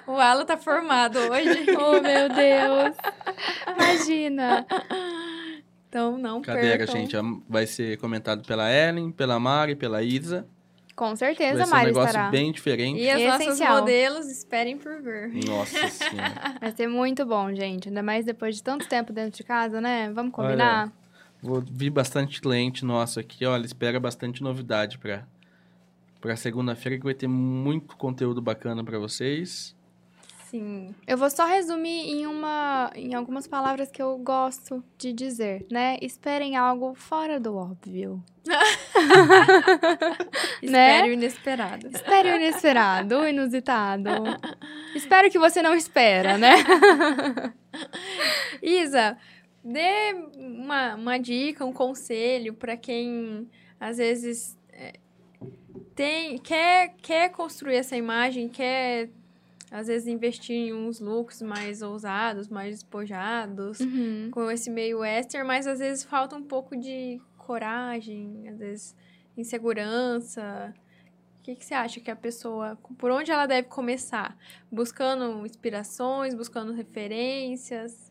S2: o Alan tá formado hoje.
S3: Oh, meu Deus. Imagina.
S2: Então não
S1: Cadeira,
S2: percam.
S1: gente. a- Vai ser comentado pela Ellen, pela Mara e pela Isa.
S3: Com
S1: Vai
S3: certeza,
S1: ser um
S3: Mari
S1: negócio
S3: estará.
S1: bem diferente.
S2: E as nossas
S3: Essencial.
S2: modelos, esperem por ver.
S1: Nossa senhora.
S3: Vai ser muito bom, gente. Ainda mais depois de tanto tempo dentro de casa, né? Vamos combinar?
S1: Vou vi bastante cliente nosso aqui, olha, espera bastante novidade pra, pra segunda-feira, que vai ter muito conteúdo bacana pra vocês.
S2: Sim.
S3: Eu vou só resumir em uma, em algumas palavras que eu gosto de dizer, né? Esperem algo fora do óbvio. Né?
S2: Espero o inesperado.
S3: Espere o inesperado, o inusitado. Espero que você não espera, né?
S2: Isa, dê uma, uma dica, um conselho para quem às vezes é, tem quer quer construir essa imagem, quer às vezes investir em uns looks mais ousados, mais despojados,
S3: Uhum.
S2: com esse meio western, mas às vezes falta um pouco de coragem, às vezes insegurança. O que, que você acha que a pessoa, por onde ela deve começar? Buscando inspirações, buscando referências.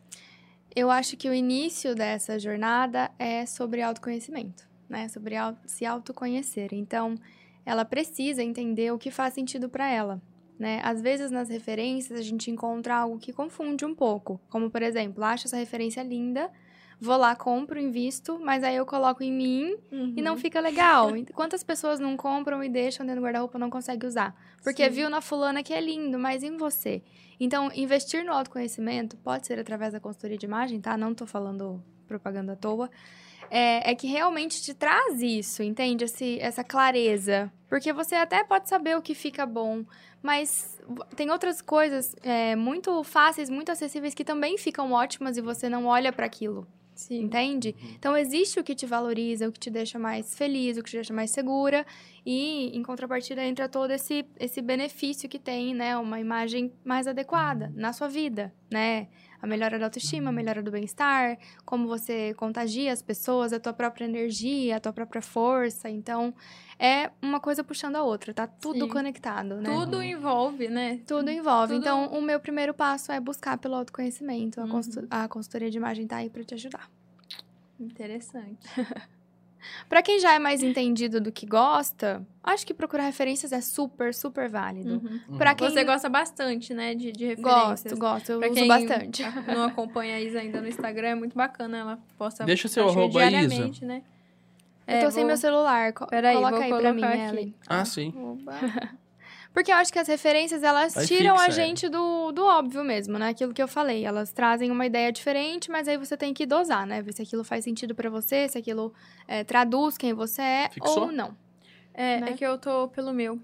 S3: Eu acho que o início dessa jornada é sobre autoconhecimento, né? Sobre au- se autoconhecer. Então, ela precisa entender o que faz sentido para ela, né? Às vezes nas referências a gente encontra algo que confunde um pouco, como por exemplo, acho essa referência linda, vou lá, compro, invisto, mas aí eu coloco em mim e
S2: Uhum.
S3: não fica legal. E Quantas pessoas não compram e deixam dentro do guarda-roupa não consegue usar? Porque
S2: Sim.
S3: viu na fulana que é lindo, mas em você. Então, investir no autoconhecimento pode ser através da consultoria de imagem, tá? Não tô falando propaganda à toa. É, é que realmente te traz isso, entende? Esse, essa clareza. Porque você até pode saber o que fica bom, mas v- tem outras coisas é, muito fáceis, muito acessíveis que também ficam ótimas e você não olha para aquilo.
S2: Sim.
S3: Entende? Então existe o que te valoriza, o que te deixa mais feliz, o que te deixa mais segura. E em contrapartida entra todo esse, esse benefício que tem, né? Uma imagem mais adequada
S2: Uhum.
S3: na sua vida, né? A melhora da autoestima, a melhora do bem-estar, como você contagia as pessoas, a tua própria energia, a tua própria força. Então, é uma coisa puxando a outra, tá tudo
S2: Sim.
S3: conectado, né?
S2: Tudo envolve, né?
S3: Tudo envolve.
S2: Tudo-
S3: Então, o meu primeiro passo é buscar pelo autoconhecimento. A,
S2: Uhum.
S3: consul- a consultoria de imagem tá aí pra te ajudar.
S2: Interessante.
S3: Pra quem já é mais entendido do que gosta, acho que procurar referências é super, super válido.
S2: Uhum.
S3: Pra quem
S2: Você gosta bastante, né, de, de referências.
S3: gosto, gosto, eu
S2: Pra
S3: uso
S2: quem-
S3: bastante.
S2: Não acompanha a Isa ainda no Instagram, é muito bacana. Ela
S3: tá
S2: posta
S1: Deixa o seu
S2: acho que é
S1: arroba aí,
S2: diariamente, né? É,
S3: eu tô Então, sem meu celular, co-
S2: Peraí,
S3: coloca
S2: vou
S3: aí pra mim,
S2: colocar aqui.
S3: Ellen.
S1: Ah, sim.
S3: Porque eu acho que as referências, elas
S1: Vai
S3: tiram
S1: fixa,
S3: a gente do, do óbvio mesmo, né? Aquilo que eu falei. Elas trazem uma ideia diferente, mas aí você tem que dosar, né? Ver se aquilo faz sentido pra você, se aquilo eh, traduz quem você é
S1: Fixou?
S3: ou não.
S2: É,
S3: né?
S2: é que eu tô pelo meu.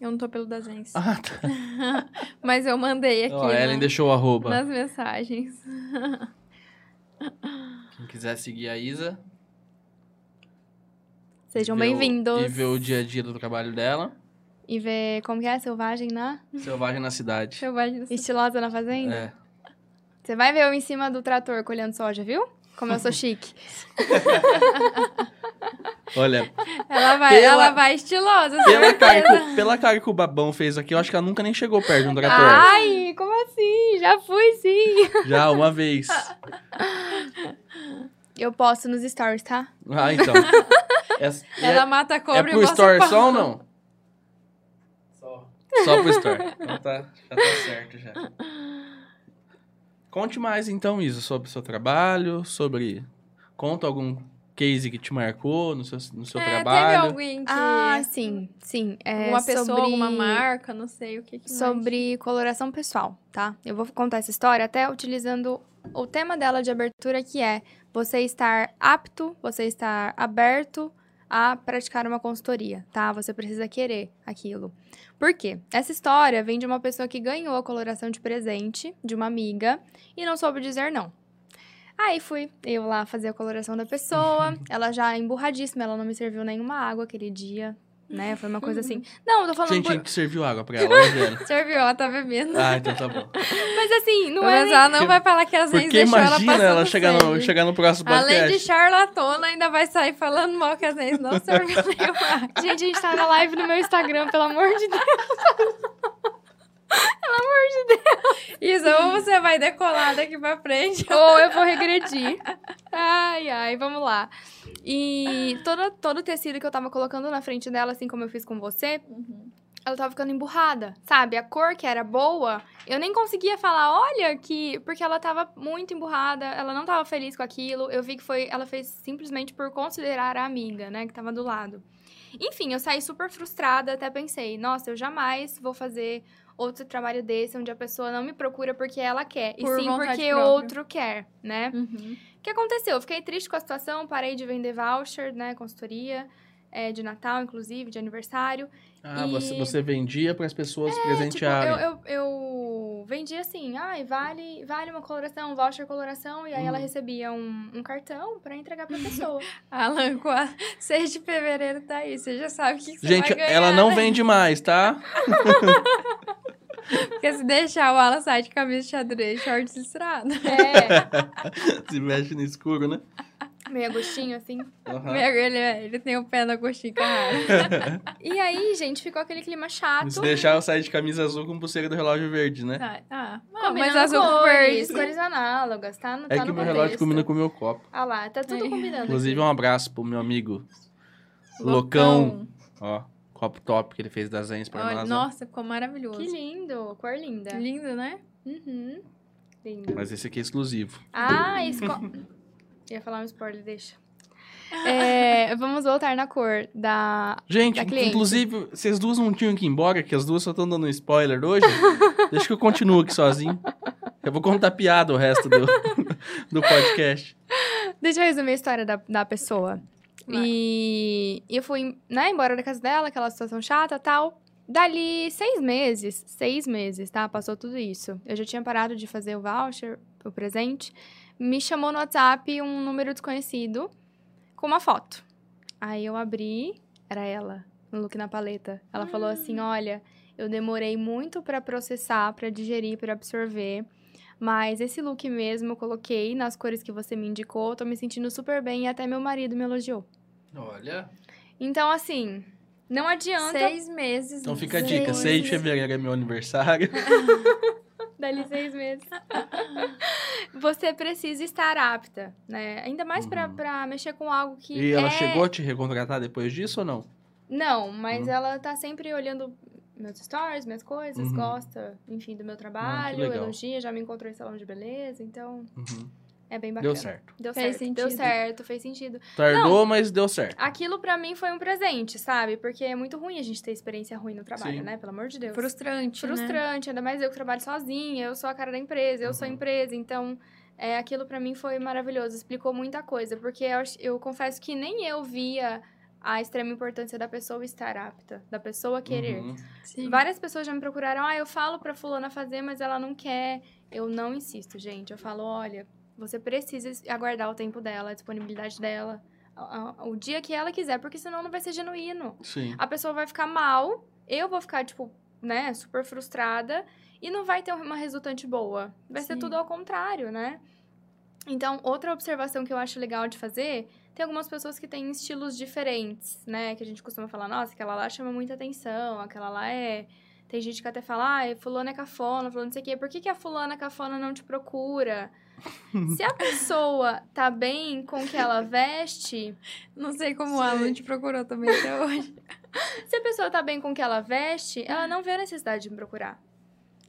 S2: Eu não tô pelo da Zens.
S1: Ah,
S3: né?
S1: tá.
S2: Mas eu mandei aqui
S1: Ó, a Ellen
S2: na-
S1: deixou o arroba.
S2: nas mensagens.
S1: Quem quiser seguir a Isa.
S3: Sejam
S1: e ver o-
S3: bem-vindos.
S1: E ver o dia a dia do trabalho dela.
S3: E ver como que é, selvagem na...
S1: Selvagem na cidade.
S2: Selvagem do
S3: Estilosa na fazenda?
S1: É.
S3: Você vai ver eu em cima do trator colhendo soja, viu? Como eu sou chique.
S1: Olha,
S2: Ela vai,
S1: Pela-
S2: ela vai estilosa,
S1: pela
S2: certeza.
S1: cara, que, pela cara que o babão fez aqui, eu acho que ela nunca nem chegou perto de um trator.
S3: Ai, como assim? Já fui sim.
S1: Já uma vez.
S3: Eu posto nos stories, tá?
S1: Ah, então. É,
S2: Ela mata a
S1: é, é
S2: cobra
S1: pro
S2: e você
S1: store
S2: passa.
S1: só ou não? Só. Só pro store. Então tá, já tá certo já. Conte mais então, Isa, sobre o seu trabalho, sobre. Conta algum case que te marcou no seu, no seu
S2: É, Teve
S1: trabalho.
S2: alguém que...
S3: Ah, sim, sim. É
S2: uma pessoa,
S3: sobre...
S2: alguma marca, não sei o que que mais.
S3: Sobre coloração pessoal, tá? Eu vou contar essa história até utilizando o tema dela de abertura, que é você estar apto, você estar aberto a praticar uma consultoria, tá? Você precisa querer aquilo. Por quê? Essa história vem de uma pessoa que ganhou a coloração de presente de uma amiga e não soube dizer não. Aí fui eu lá fazer a coloração da pessoa, ela já emburradíssima, ela não me serviu nenhuma água aquele dia, né? Foi uma coisa assim. Não, eu tô falando
S1: Gente, a
S3: por...
S1: gente serviu água pra ela, né, Diana?
S2: Serviu, ela tá bebendo.
S1: Ah, então tá bom.
S3: Mas assim, não é
S2: Mas ela não
S1: Porque-
S2: vai falar que às vezes
S1: Porque
S2: deixou ela
S1: imagina
S2: passando
S1: ela chegar no,
S2: sede.
S1: chegar no próximo
S2: Além de
S1: podcast.
S2: charlatona, ainda vai sair falando mal que às vezes não serviu nenhuma.
S3: Gente, a gente tá na live no meu Instagram, pelo amor de Deus.
S2: Isa, ou você vai decolar daqui pra frente.
S3: Ou eu vou regredir. Ai, ai, vamos lá. E todo, todo o tecido que eu tava colocando na frente dela, assim como eu fiz com você,
S2: Uhum.
S3: ela tava ficando emburrada, sabe? A cor que era boa, eu nem conseguia falar, olha que. Porque ela tava muito emburrada, ela não tava feliz com aquilo. Eu vi que foi. Ela fez simplesmente por considerar a amiga, né, que tava do lado. Enfim, eu saí super frustrada, até pensei, nossa, eu jamais vou fazer outro trabalho desse onde a pessoa não me procura porque ela quer,
S2: Por
S3: e sim
S2: vontade
S3: porque
S2: própria.
S3: outro quer, né? O que aconteceu? Eu fiquei triste com a situação, parei de vender voucher, né, consultoria, é, de Natal, inclusive, de aniversário.
S1: Ah, você,
S3: E-
S1: você vendia pras pessoas
S3: É, tipo,
S1: presentearem.
S3: eu, eu, eu vendi assim, ai, vale, vale uma coloração, um voucher coloração, e aí
S1: Hum.
S3: ela recebia um, um cartão pra entregar pra pessoa.
S2: Alan, com a 6 de fevereiro tá aí. Você já sabe o que, que você
S1: Gente,
S2: vai ganhar.
S1: ela não
S2: né?
S1: vende mais, tá?
S2: Porque se deixar o Alan sai de camisa de xadrez, shorts listrado.
S3: é,
S1: Se mexe no escuro, né?
S3: meio agostinho, assim.
S1: Aham.
S2: Ele, é, ele tem o pé na coxinha carrada.
S3: E aí, gente, ficou aquele clima chato.
S1: Se deixar eu sair de camisa azul com pulseira do relógio verde, né?
S2: Ah, ah, mas
S3: combinando
S2: azul com
S3: cores,
S2: verde.
S3: cores análogas, tá? No-
S1: É
S3: tá
S1: que
S3: no
S1: meu relógio
S3: contexto.
S1: combina com o meu copo.
S3: Ah lá, tá tudo
S2: É.
S3: combinando.
S1: Inclusive,
S3: aqui.
S1: um abraço pro meu amigo Locão. Ó, copo top que ele fez das Zens pra
S2: Olha,
S1: nós. ó.
S2: nossa, ficou maravilhoso.
S3: Que lindo, cor linda.
S2: Lindo, né?
S3: Uhum. Lindo.
S1: Mas esse aqui é exclusivo.
S3: Ah, esse co- Ia falar um spoiler, deixa. É, vamos voltar na cor da.
S1: Gente,
S3: Da cliente.
S1: inclusive, vocês duas não tinham que ir embora, que as duas só estão dando um spoiler hoje. Deixa que eu continuo aqui sozinho. Eu vou contar piada o resto do, do podcast.
S3: Deixa eu resumir a história da, da pessoa.
S2: Vai.
S3: E eu fui, né, embora da casa dela, aquela situação chata tal. Dali seis meses, seis meses, tá? Passou tudo isso. Eu já tinha parado de fazer o voucher, o presente. Me chamou no WhatsApp um número desconhecido com uma foto. Aí eu abri, era ela, no look na paleta. Ela falou assim: Olha, eu demorei muito pra processar, pra digerir, pra absorver. Mas esse look mesmo eu coloquei nas cores que você me indicou, tô me sentindo super bem e até meu marido me elogiou.
S1: Olha.
S3: Então, assim, não adianta.
S2: Seis meses.
S1: Então fica a
S2: seis
S1: dica: 6 de
S2: meses.
S1: fevereiro é meu aniversário.
S3: Dali seis meses. você precisa estar apta, né? Ainda mais pra,
S1: Uhum.
S3: pra mexer com algo que.
S1: E ela
S3: é-
S1: chegou a te recontratar depois disso ou não?
S3: Não, mas
S1: Uhum.
S3: ela tá sempre olhando meus stories, minhas coisas,
S1: Uhum. Ah,
S3: gosta, enfim, do meu trabalho,
S1: legal.
S3: elogia, já me encontrou em salão de beleza, então
S1: Uhum.
S3: é bem bacana.
S1: Deu certo.
S3: Deu
S2: Fez
S3: certo, Deu
S2: sentido.
S3: certo, fez sentido.
S1: Tardou, mas deu certo.
S3: Aquilo pra mim foi um presente, sabe? Porque é muito ruim a gente ter experiência ruim no trabalho,
S1: Sim.
S3: né? Pelo amor de Deus.
S2: Frustrante. né? Frustrante.
S3: Frustrante, ainda mais eu que trabalho sozinha, eu sou a cara da empresa, eu sou a
S1: Uhum.
S3: empresa, então é, aquilo pra mim foi maravilhoso, explicou muita coisa, porque eu, ach- eu confesso que nem eu via a extrema importância da pessoa estar apta, da pessoa querer.
S1: Uhum.
S2: Sim.
S3: Várias pessoas já me procuraram, ah, eu falo pra fulana fazer, mas ela não quer. Eu não insisto, gente. Eu falo, olha, você precisa es- aguardar o tempo dela, a disponibilidade dela, a- a- o dia que ela quiser, porque senão não vai ser genuíno.
S1: Sim.
S3: A pessoa vai ficar mal, eu vou ficar, tipo, né, super frustrada e não vai ter uma resultante boa. Vai ser
S2: Sim.
S3: tudo ao contrário, né? Então, outra observação que eu acho legal de fazer, tem algumas pessoas que têm estilos diferentes, né? Que a gente costuma falar, nossa, aquela lá chama muita atenção, aquela lá é. Tem gente que até fala, ah, fulano é cafona, fulano não sei o quê. Por que, que a fulana cafona não te procura? Se a pessoa tá bem com o que ela veste,
S2: Não sei como o
S3: Sei.
S2: Alan te procurou também até hoje.
S3: Se a pessoa tá bem com o que ela veste,
S1: Hum.
S3: ela não vê a necessidade de me procurar.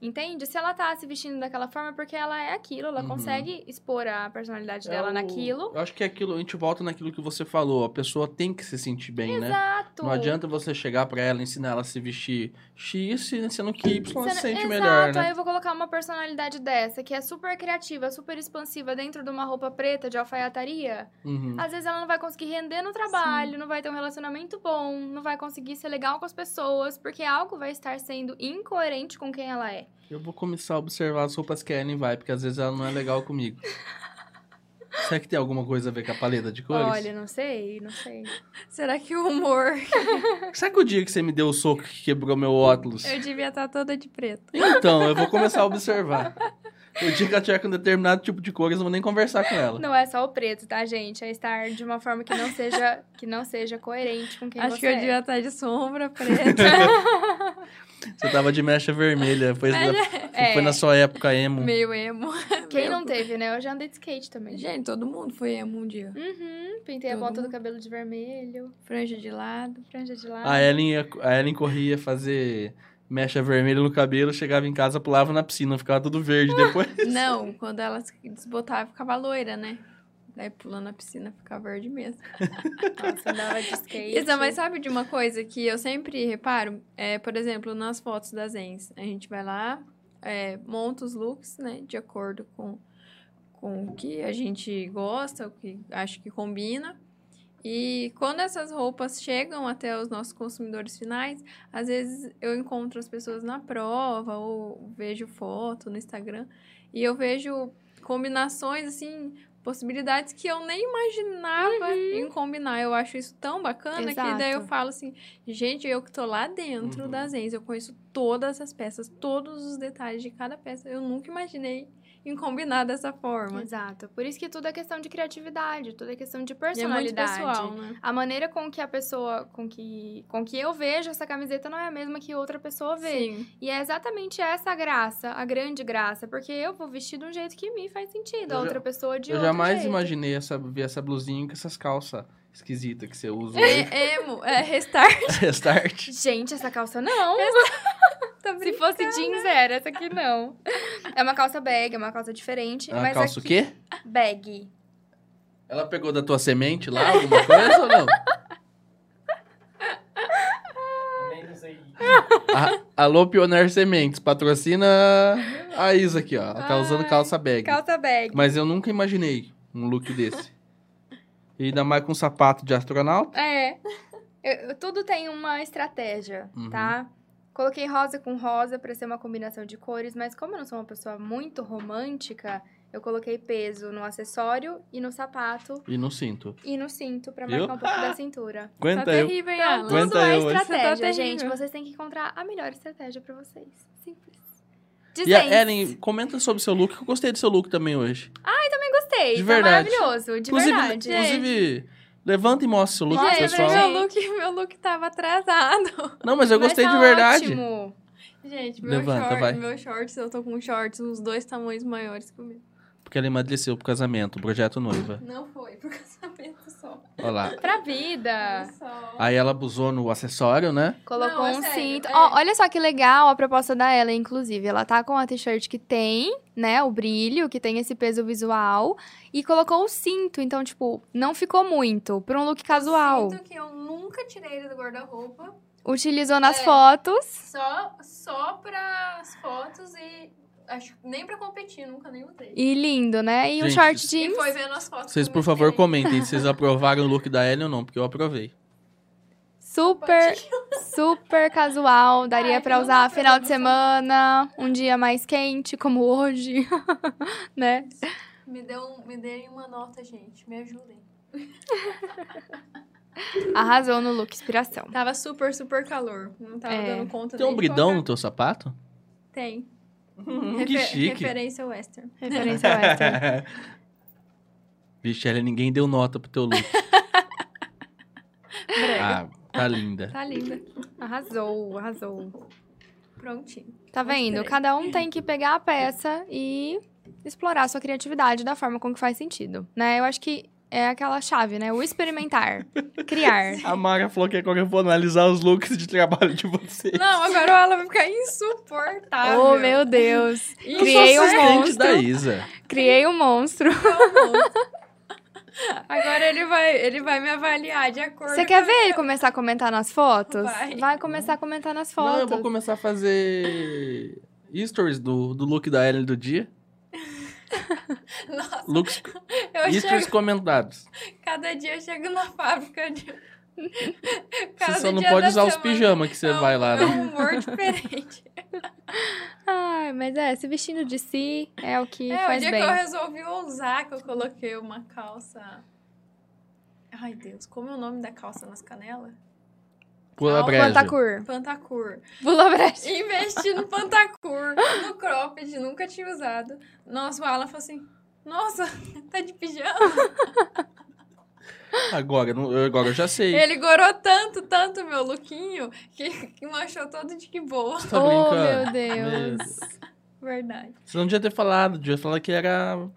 S3: Entende? Se ela tá se vestindo daquela forma, é porque ela é aquilo, ela
S1: Uhum.
S3: consegue expor a personalidade dela
S1: É o-
S3: naquilo.
S1: Eu acho que é aquilo, a gente volta naquilo que você falou. A pessoa tem que se sentir bem, né?
S3: Exato.
S1: Não adianta você chegar pra ela, ensinar ela a se vestir X, sendo que Y
S3: Você
S1: se
S3: não-
S1: sente
S3: Exato,
S1: melhor,
S3: aí
S1: né?
S3: eu vou colocar uma personalidade dessa, que é super criativa, super expansiva, dentro de uma roupa preta de alfaiataria.
S1: Uhum.
S3: Às vezes ela não vai conseguir render no trabalho, não vai ter um relacionamento bom, não vai conseguir ser legal com as pessoas, porque algo vai estar sendo incoerente com quem ela é.
S1: Eu vou começar a observar as roupas que a Ellen vai, porque às vezes ela não é legal comigo. Será que tem alguma coisa a ver com a paleta de cores?
S3: Olha, não sei, não sei.
S2: Será que o humor.
S1: Será que o dia que você me deu o soco que quebrou meu óculos?
S2: Eu devia estar toda de preto.
S1: Então, eu vou começar a observar. O dia que ela tiver com determinado tipo de cores, eu não vou nem conversar com ela.
S3: Não é só o preto, tá, gente? É estar de uma forma que não seja, que não seja coerente com quem
S2: Acho
S3: você
S2: que eu
S3: é.
S2: devia estar de sombra, preta.
S1: Você tava de mecha vermelha, foi,
S3: É,
S1: foi na sua época emo.
S2: Meio emo.
S3: quem
S2: Meu-
S3: não teve, né? Eu já andei de skate também.
S2: Gente, todo mundo foi emo um dia.
S3: Uhum, pintei
S2: Todo
S3: a ponta
S2: mundo.
S3: do cabelo de vermelho,
S2: Franja de lado.
S3: franja de lado.
S1: A Ellen, ia- a Ellen corria fazer mecha vermelha no cabelo, chegava em casa, pulava na piscina, ficava tudo verde depois.
S2: Não, quando ela se desbotava, ficava loira, né? Daí pulando na piscina, ficava verde mesmo.
S3: Nossa, andava
S2: é
S3: de skate.
S2: Isa, mas sabe de uma coisa que eu sempre reparo? É, por exemplo, nas fotos das Zens. A gente vai lá, é, monta os looks, né? De acordo com, com o que a gente gosta, o que acha que combina. E quando essas roupas chegam até os nossos consumidores finais, às vezes eu encontro as pessoas na prova ou vejo foto no Instagram e eu vejo combinações assim, possibilidades que eu nem imaginava em combinar. Eu acho isso tão bacana que daí eu
S3: Uhum. Exato.
S2: falo assim, gente, eu que tô lá dentro
S1: Uhum.
S2: das ENS, eu conheço todas as peças, todos os detalhes de cada peça. Eu nunca imaginei em combinar dessa forma.
S3: Exato. Por isso que tudo é questão de criatividade, tudo é questão de
S2: E é muito
S3: personalidade.
S2: pessoal, né?
S3: A maneira com que a pessoa, com que, com que eu vejo essa camiseta não é a mesma que outra pessoa vê.
S2: Sim,
S3: E é exatamente essa a graça, a grande graça, porque eu vou vestir de um jeito que me faz sentido,
S1: Eu
S3: a
S1: já-
S3: outra pessoa de
S1: eu
S3: outro
S1: jamais
S3: jeito.
S1: imaginei essa, ver essa blusinha com essas calças esquisitas que você usa hoje.
S2: é emo, é restart,
S1: Restart.
S3: Gente, essa calça não.
S2: tá
S3: Se
S2: brincando.
S3: É, fosse jeans era, essa aqui não. É uma calça bag, é uma calça diferente,
S1: Ah,
S3: mas
S1: calça o
S3: aqui
S1: quê?
S3: bag.
S1: Ela pegou da tua semente lá alguma coisa ou não?
S4: Menos aí.
S1: A- alô, Pioneer Sementes, patrocina a Isa aqui, ó. Ela tá usando
S3: Ai,
S1: calça bag.
S3: Calça bag.
S1: Mas eu nunca imaginei um look desse. E ainda mais com sapato de astronauta.
S3: É. Eu- eu- tudo tem uma estratégia,
S1: Uhum.
S3: tá? Coloquei rosa com rosa pra ser uma combinação de cores, mas como eu não sou uma pessoa muito romântica, eu coloquei peso no acessório e no sapato
S1: E não cinto.
S3: e no cinto pra
S1: Viu?
S3: marcar um pouco da cintura.
S2: tá
S1: Aguenta eu.
S2: terrível, hein,
S3: Então,
S2: Alan?
S1: Aguenta
S3: tudo é
S1: eu hoje.
S3: estratégia,
S2: Você tá
S3: gente.
S2: terrível.
S3: Vocês têm que encontrar a melhor estratégia pra vocês. Simples.
S1: E a
S3: Desenhos.
S1: Ellen, comenta sobre seu look, que eu gostei do seu look também hoje.
S3: Gostei,
S1: de
S3: tá
S1: verdade.
S3: maravilhoso, de
S1: inclusive,
S3: verdade.
S1: inclusive, levanta e mostra seu look
S3: Nossa,
S1: pro
S3: é
S1: pessoal.
S3: verdade.
S2: Meu look, meu look tava atrasado.
S1: Não, mas eu
S3: Mas
S1: gostei
S3: tá
S1: de verdade.
S3: Ótimo.
S2: Gente, meu
S1: Levanta,
S2: short,
S1: vai.
S2: meu shorts, eu tô com shorts uns dois tamanhos maiores que o meu.
S1: Porque ela emagreceu pro casamento, projeto noiva.
S2: Não foi, por casamento só.
S1: Olha lá.
S3: Pra
S2: Ah.
S3: vida.
S2: Só.
S1: Aí ela abusou no acessório, né?
S3: Colocou
S2: Não, é
S3: um
S2: sério,
S3: cinto.
S2: é.
S3: Ó, olha só que legal a proposta da Ellen, inclusive. Ela tá com a t-shirt que tem, né, o brilho, que tem esse peso visual. E colocou o cinto. Então, tipo, não ficou muito. Pra um look casual.
S2: Sinto que eu nunca tirei ele do guarda-roupa,
S3: Utilizou nas
S2: É.
S3: fotos.
S2: só, só pras fotos e acho, nem pra competir, nunca nem usei.
S3: E lindo, né? E um
S1: Gente,
S3: short
S2: E
S3: jeans.
S2: foi vendo as fotos.
S1: Vocês,
S2: que eu
S1: por favor,
S2: gostei.
S1: comentem se vocês aprovaram o look da Ellen ou não, porque eu aprovei.
S3: Super, super casual.
S2: Ai,
S3: Daria
S2: que
S3: pra
S2: não dá
S3: usar
S2: pra
S3: final
S2: usar
S3: de
S2: no
S3: semana, um dia mais quente, como hoje. né?
S2: Me, deu um- me deem uma nota, gente. Me ajudem.
S3: Arrasou no look, inspiração.
S2: Tava super, super calor. Não tava
S3: É.
S2: dando conta
S1: Tem
S2: nem
S1: um
S2: de
S1: bridão
S2: colocar-
S1: no teu sapato?
S2: Tem.
S1: Hum, que
S2: Refer-
S1: chique.
S2: Referência é western.
S3: Referência western.
S1: Vixe, Ellen, ninguém deu nota pro teu look.
S2: Brega.
S1: Ah, tá linda.
S2: Tá linda.
S3: Arrasou, arrasou.
S2: Prontinho.
S3: Tá vendo?
S2: Gostei.
S3: Cada um tem que pegar a peça e explorar a sua criatividade da forma com que faz sentido, né? Eu acho que é aquela chave, né? O experimentar, criar.
S1: A Mara falou que agora eu vou analisar os looks de trabalho de vocês.
S2: Não, agora o Alan vai ficar insuportável.
S3: Oh, meu Deus.
S2: Eu
S3: Criei
S1: eu
S3: um
S1: sou
S2: é
S1: assistente da
S3: monstro.
S1: Isa.
S3: Criei um monstro.
S2: Agora ele vai, ele vai me avaliar de acordo
S3: Você quer
S2: com-
S3: ver ele começar a comentar nas fotos?
S2: Vai.
S3: começar a comentar nas
S1: Não, eu vou
S3: fotos.
S1: começar a fazer stories do, do look da Ellen do dia.
S2: Nossa,
S1: Looks,
S2: eu
S1: stories
S2: chego...
S1: comentados.
S2: Cada dia eu chego na fábrica de...
S1: Você
S2: Cada
S1: só não
S2: dia
S1: pode
S2: da
S1: usar os
S2: semana
S1: pijamas que você
S2: é um-
S1: vai lá,
S2: É
S1: né?
S2: um humor diferente.
S3: Ai, mas é, se vestindo de si é o que
S2: é, o
S3: faz
S2: dia
S3: bem.
S2: que eu resolvi ousar, que eu coloquei uma calça... Ai, Deus, como é o nome da calça nas canelas?
S1: Pula a
S2: Não,
S1: breja.
S3: Pantacur.
S2: Pantacur.
S3: Pula brecha.
S2: Investi no Pantacur, no cropped, nunca tinha usado. Nossa, o Alan falou assim, nossa, tá de pijama?
S1: Agora, não- eu- agora eu já sei.
S2: Ele gorou tanto, tanto meu lookinho, que, que manchou todo de que boa.
S1: Você tá
S3: Oh,
S1: brincando.
S3: meu Deus.
S2: Verdade.
S1: Você não devia ter falado, devia falar que era.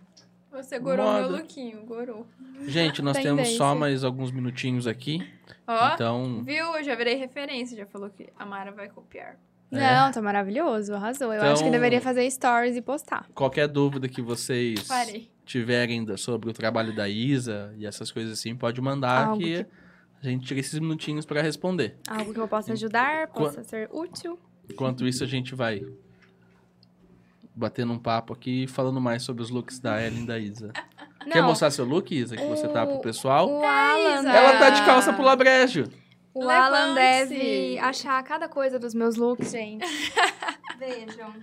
S2: Você gorou
S1: Moda.
S2: meu lookinho, gorou.
S1: Gente, nós temos só
S3: Tendência.
S1: mais alguns minutinhos aqui.
S2: Ó,
S1: Então.
S2: viu? Eu já virei referência, já falou que a Mara vai copiar.
S1: É.
S3: Não, tá maravilhoso, arrasou. Eu acho que
S1: Então-
S3: deveria fazer stories e postar.
S1: Qualquer dúvida que vocês
S2: Parei.
S1: tiverem da- sobre o trabalho da Isa e essas coisas assim, pode mandar
S3: Algo
S1: que, a gente tira esses minutinhos pra responder.
S3: Algo que eu possa ajudar,
S1: Qua-
S3: possa ser útil.
S1: Enquanto isso, a gente vai batendo um papo aqui e falando mais sobre os looks da Ellen e da Isa. Quer mostrar seu look, Isa, que você tá pro
S3: O-
S1: pessoal?
S3: O Ah. Alan.
S2: Isa.
S1: Ela tá de calça pro labrejo.
S3: O Alan
S2: Levante-se.
S3: deve achar cada coisa dos meus looks, gente. Vejam.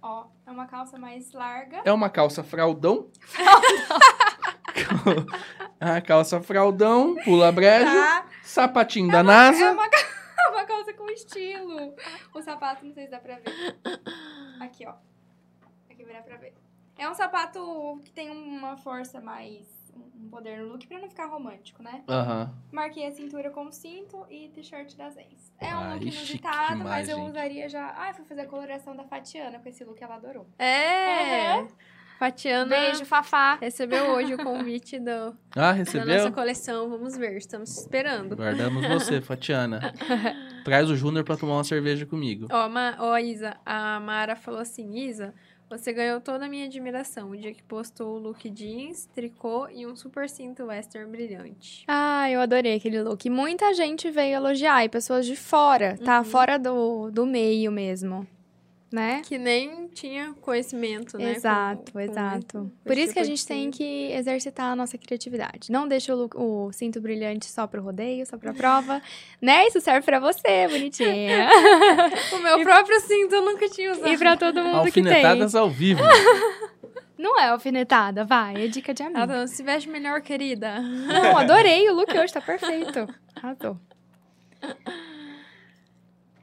S3: Ó, é uma calça mais larga.
S1: É uma calça fraldão. é uma calça fraldão, pula brejo,
S3: Ah. Tá?
S1: sapatinho da
S3: É
S1: NASA.
S3: uma, ca- uma calça com estilo. O sapato, não sei se dá pra ver. Aqui, ó. Aqui virar pra ver. É um sapato que tem uma força mais. Um poder no look pra não ficar romântico, né?
S1: Aham.
S3: Marquei a cintura com cinto e t-shirt das ex. É um
S1: Ai,
S3: look
S1: chique
S3: inusitado, mas
S1: demais,
S3: eu
S1: gente.
S3: usaria já. Ai, fui fazer a coloração da Fatiana com esse look, ela adorou.
S2: É!
S3: Uhum.
S2: Fatiana
S3: Beijo, Fafá.
S2: recebeu hoje o convite do,
S1: Ah,
S2: da nossa
S1: recebeu?
S2: coleção. Vamos ver, estamos esperando.
S1: Guardamos você, Fatiana. Traz o Júnior pra tomar uma cerveja comigo.
S2: Ó, Ma- ó, Isa, a Mara falou assim, Isa, Você ganhou toda a minha admiração o dia que postou o look jeans, tricô e um super cinto western brilhante.
S3: Ah, eu adorei aquele look. E Muita gente veio elogiar, e pessoas de fora, tá?
S2: Uhum.
S3: Fora do, do meio mesmo, né?
S2: Que nem tinha conhecimento, né? com-
S3: Exato,
S2: com
S3: exato.
S2: muito- com
S3: Por
S2: esse
S3: isso que a
S2: tipo de
S3: gente tem
S2: cinto.
S3: que exercitar a nossa criatividade. Não deixa o, look- o cinto brilhante só pro rodeio, só pra prova, né? Isso serve pra você, bonitinha.
S2: O meu próprio cinto eu nunca tinha usado.
S3: e pra todo mundo que tem.
S1: Alfinetadas ao vivo.
S3: Não é alfinetada, vai, é dica de amiga.
S2: Adam, se veste melhor, querida.
S3: Não, adorei o look hoje, tá perfeito. Arrasou.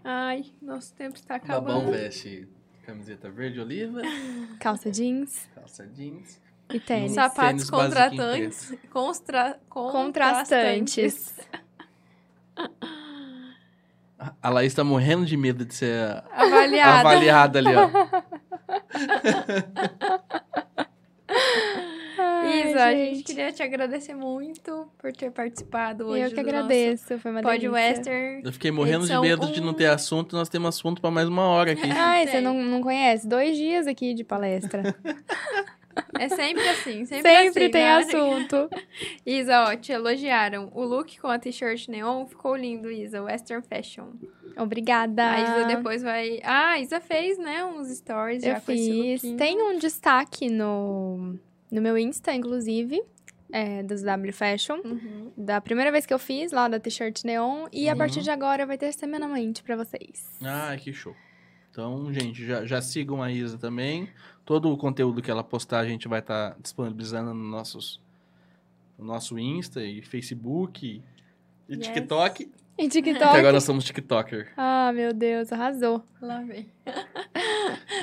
S2: Ai, nosso tempo está
S1: Babão
S2: acabando.
S1: Tá veste camiseta verde oliva,
S3: Calça jeans
S1: calça jeans.
S3: e tênis.
S1: Não.
S2: Sapatos
S1: Tênis basiquinho
S2: contratantes. Constra... Contrastantes.
S3: Contrastantes.
S1: A- A Laís tá morrendo de medo de ser a-
S2: Avaliada.
S1: avaliada ali, ó.
S3: Ai,
S2: Isa, a gente queria te agradecer muito por ter participado hoje.
S3: Eu que
S2: do nosso
S3: agradeço, foi uma
S2: Pod
S3: delícia.
S2: Western.
S1: Eu fiquei morrendo
S3: é
S2: Edição
S1: de medo de não ter
S2: um.
S1: assunto, nós temos assunto pra mais uma hora aqui.
S3: Ai, você
S2: Tem.
S3: não, não conhece? Dois dias aqui de palestra.
S2: É sempre assim, sempre,
S3: Sempre,
S2: assim,
S3: tem
S2: né?
S3: assunto.
S2: Isa, ó, te elogiaram. O look com a t-shirt neon ficou lindo, Isa. Western Fashion.
S3: Obrigada.
S2: A Isa depois vai... Ah, a Isa fez, né, uns stories
S3: Eu
S2: já com esse
S3: fiz.
S2: lookinho.
S3: Tem um destaque no, no meu Insta, inclusive, é, dos W Fashion.
S2: Uhum.
S3: Da primeira vez que eu fiz, lá da t-shirt neon. E a
S1: Uhum. Ah.
S3: partir de agora vai ter semanalmente pra vocês.
S1: Ai, que show. Então, gente, já, já sigam a Isa também. Todo o conteúdo que ela postar, a gente vai estar disponibilizando no, nossos, no nosso Insta e Facebook e
S2: Yes.
S1: TikTok. Que
S3: E TikTok.
S1: agora nós somos TikToker.
S3: Ah, meu Deus, arrasou.
S2: Lá vem.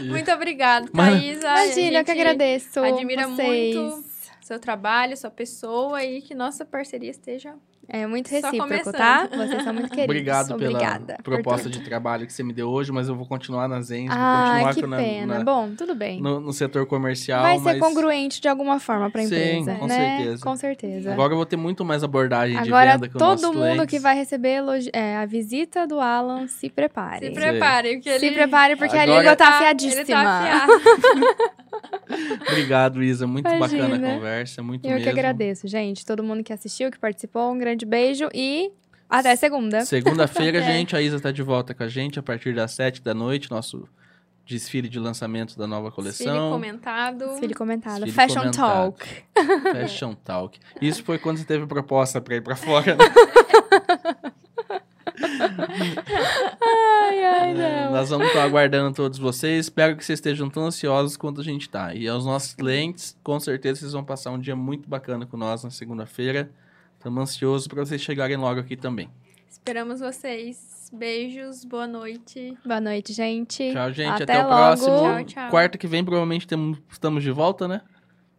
S1: E-
S2: Muito obrigada,
S1: Mano.
S2: Thaís. Ai, a
S3: Imagina, eu que
S2: gente
S3: agradeço.
S2: admira
S3: vocês.
S2: muito. Seu trabalho, sua pessoa e que nossa parceria esteja...
S3: É muito
S2: Só
S3: recíproco,
S2: começando.
S3: tá? Vocês são muito queridos.
S1: Obrigado pela
S3: Obrigada por
S1: proposta
S3: tudo.
S1: de trabalho que você me deu hoje, mas eu vou continuar na Zen, vou
S3: Ah,
S1: continuar
S3: que
S1: com- na-
S3: pena.
S1: na-
S3: Bom, tudo bem.
S1: no, no setor comercial.
S3: Vai ser
S1: mas
S3: congruente de alguma forma pra
S1: Sim,
S3: empresa,
S1: com
S3: né?
S1: certeza.
S3: Com certeza.
S1: Agora eu vou ter muito mais abordagem de
S3: Agora,
S1: venda com nossos
S3: todo mundo
S1: clientes.
S3: que vai receber elogi- é, a visita do Alan, se prepare.
S2: Se prepare, porque ele...
S3: Se prepare, porque
S1: Agora-
S3: a língua tá afiadíssima.
S2: Ele tá afiado.
S1: Obrigado, Isa. Muito bacana a
S3: Imagina.
S1: conversa, muito
S3: Eu
S1: mesmo.
S3: que agradeço, gente. Todo mundo que assistiu, que participou, um grande beijo e até segunda.
S1: Segunda-feira,
S2: É.
S1: gente, a Isa tá de volta com a gente a partir das 7 da noite, nosso desfile de lançamento da nova
S2: Desfile
S1: coleção,
S2: comentado.
S3: Desfile comentado.
S1: Desfile
S3: Tá, Fashion
S1: comentado.
S3: Talk.
S1: Fashion Talk. Isso foi quando você teve proposta pra ir pra fora. né?
S3: Ai, ai,
S1: É,
S3: não.
S1: Nós vamos estar aguardando todos vocês. Espero que vocês estejam tão ansiosos quanto a gente tá. E aos nossos clientes, com certeza vocês vão passar um dia muito bacana com nós na segunda-feira. Estamos ansiosos para vocês chegarem logo aqui também.
S2: Esperamos vocês. Beijos, boa noite.
S3: Boa noite, gente.
S1: Tchau, gente. Até,
S3: Até
S1: o
S3: logo.
S1: próximo.
S2: Tchau, tchau.
S1: Quarta que vem, provavelmente temos- estamos de volta, né?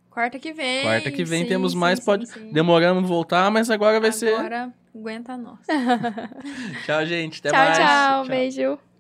S2: Quarta que vem.
S1: Quarta que vem
S2: sim,
S1: temos
S2: sim,
S1: mais
S2: sim,
S1: pod-
S2: sim.
S1: Demoramos voltar, mas agora vai ser.
S2: Agora aguenta nós.
S1: Tchau, gente. Até
S3: tchau,
S1: mais.
S3: tchau. Beijo.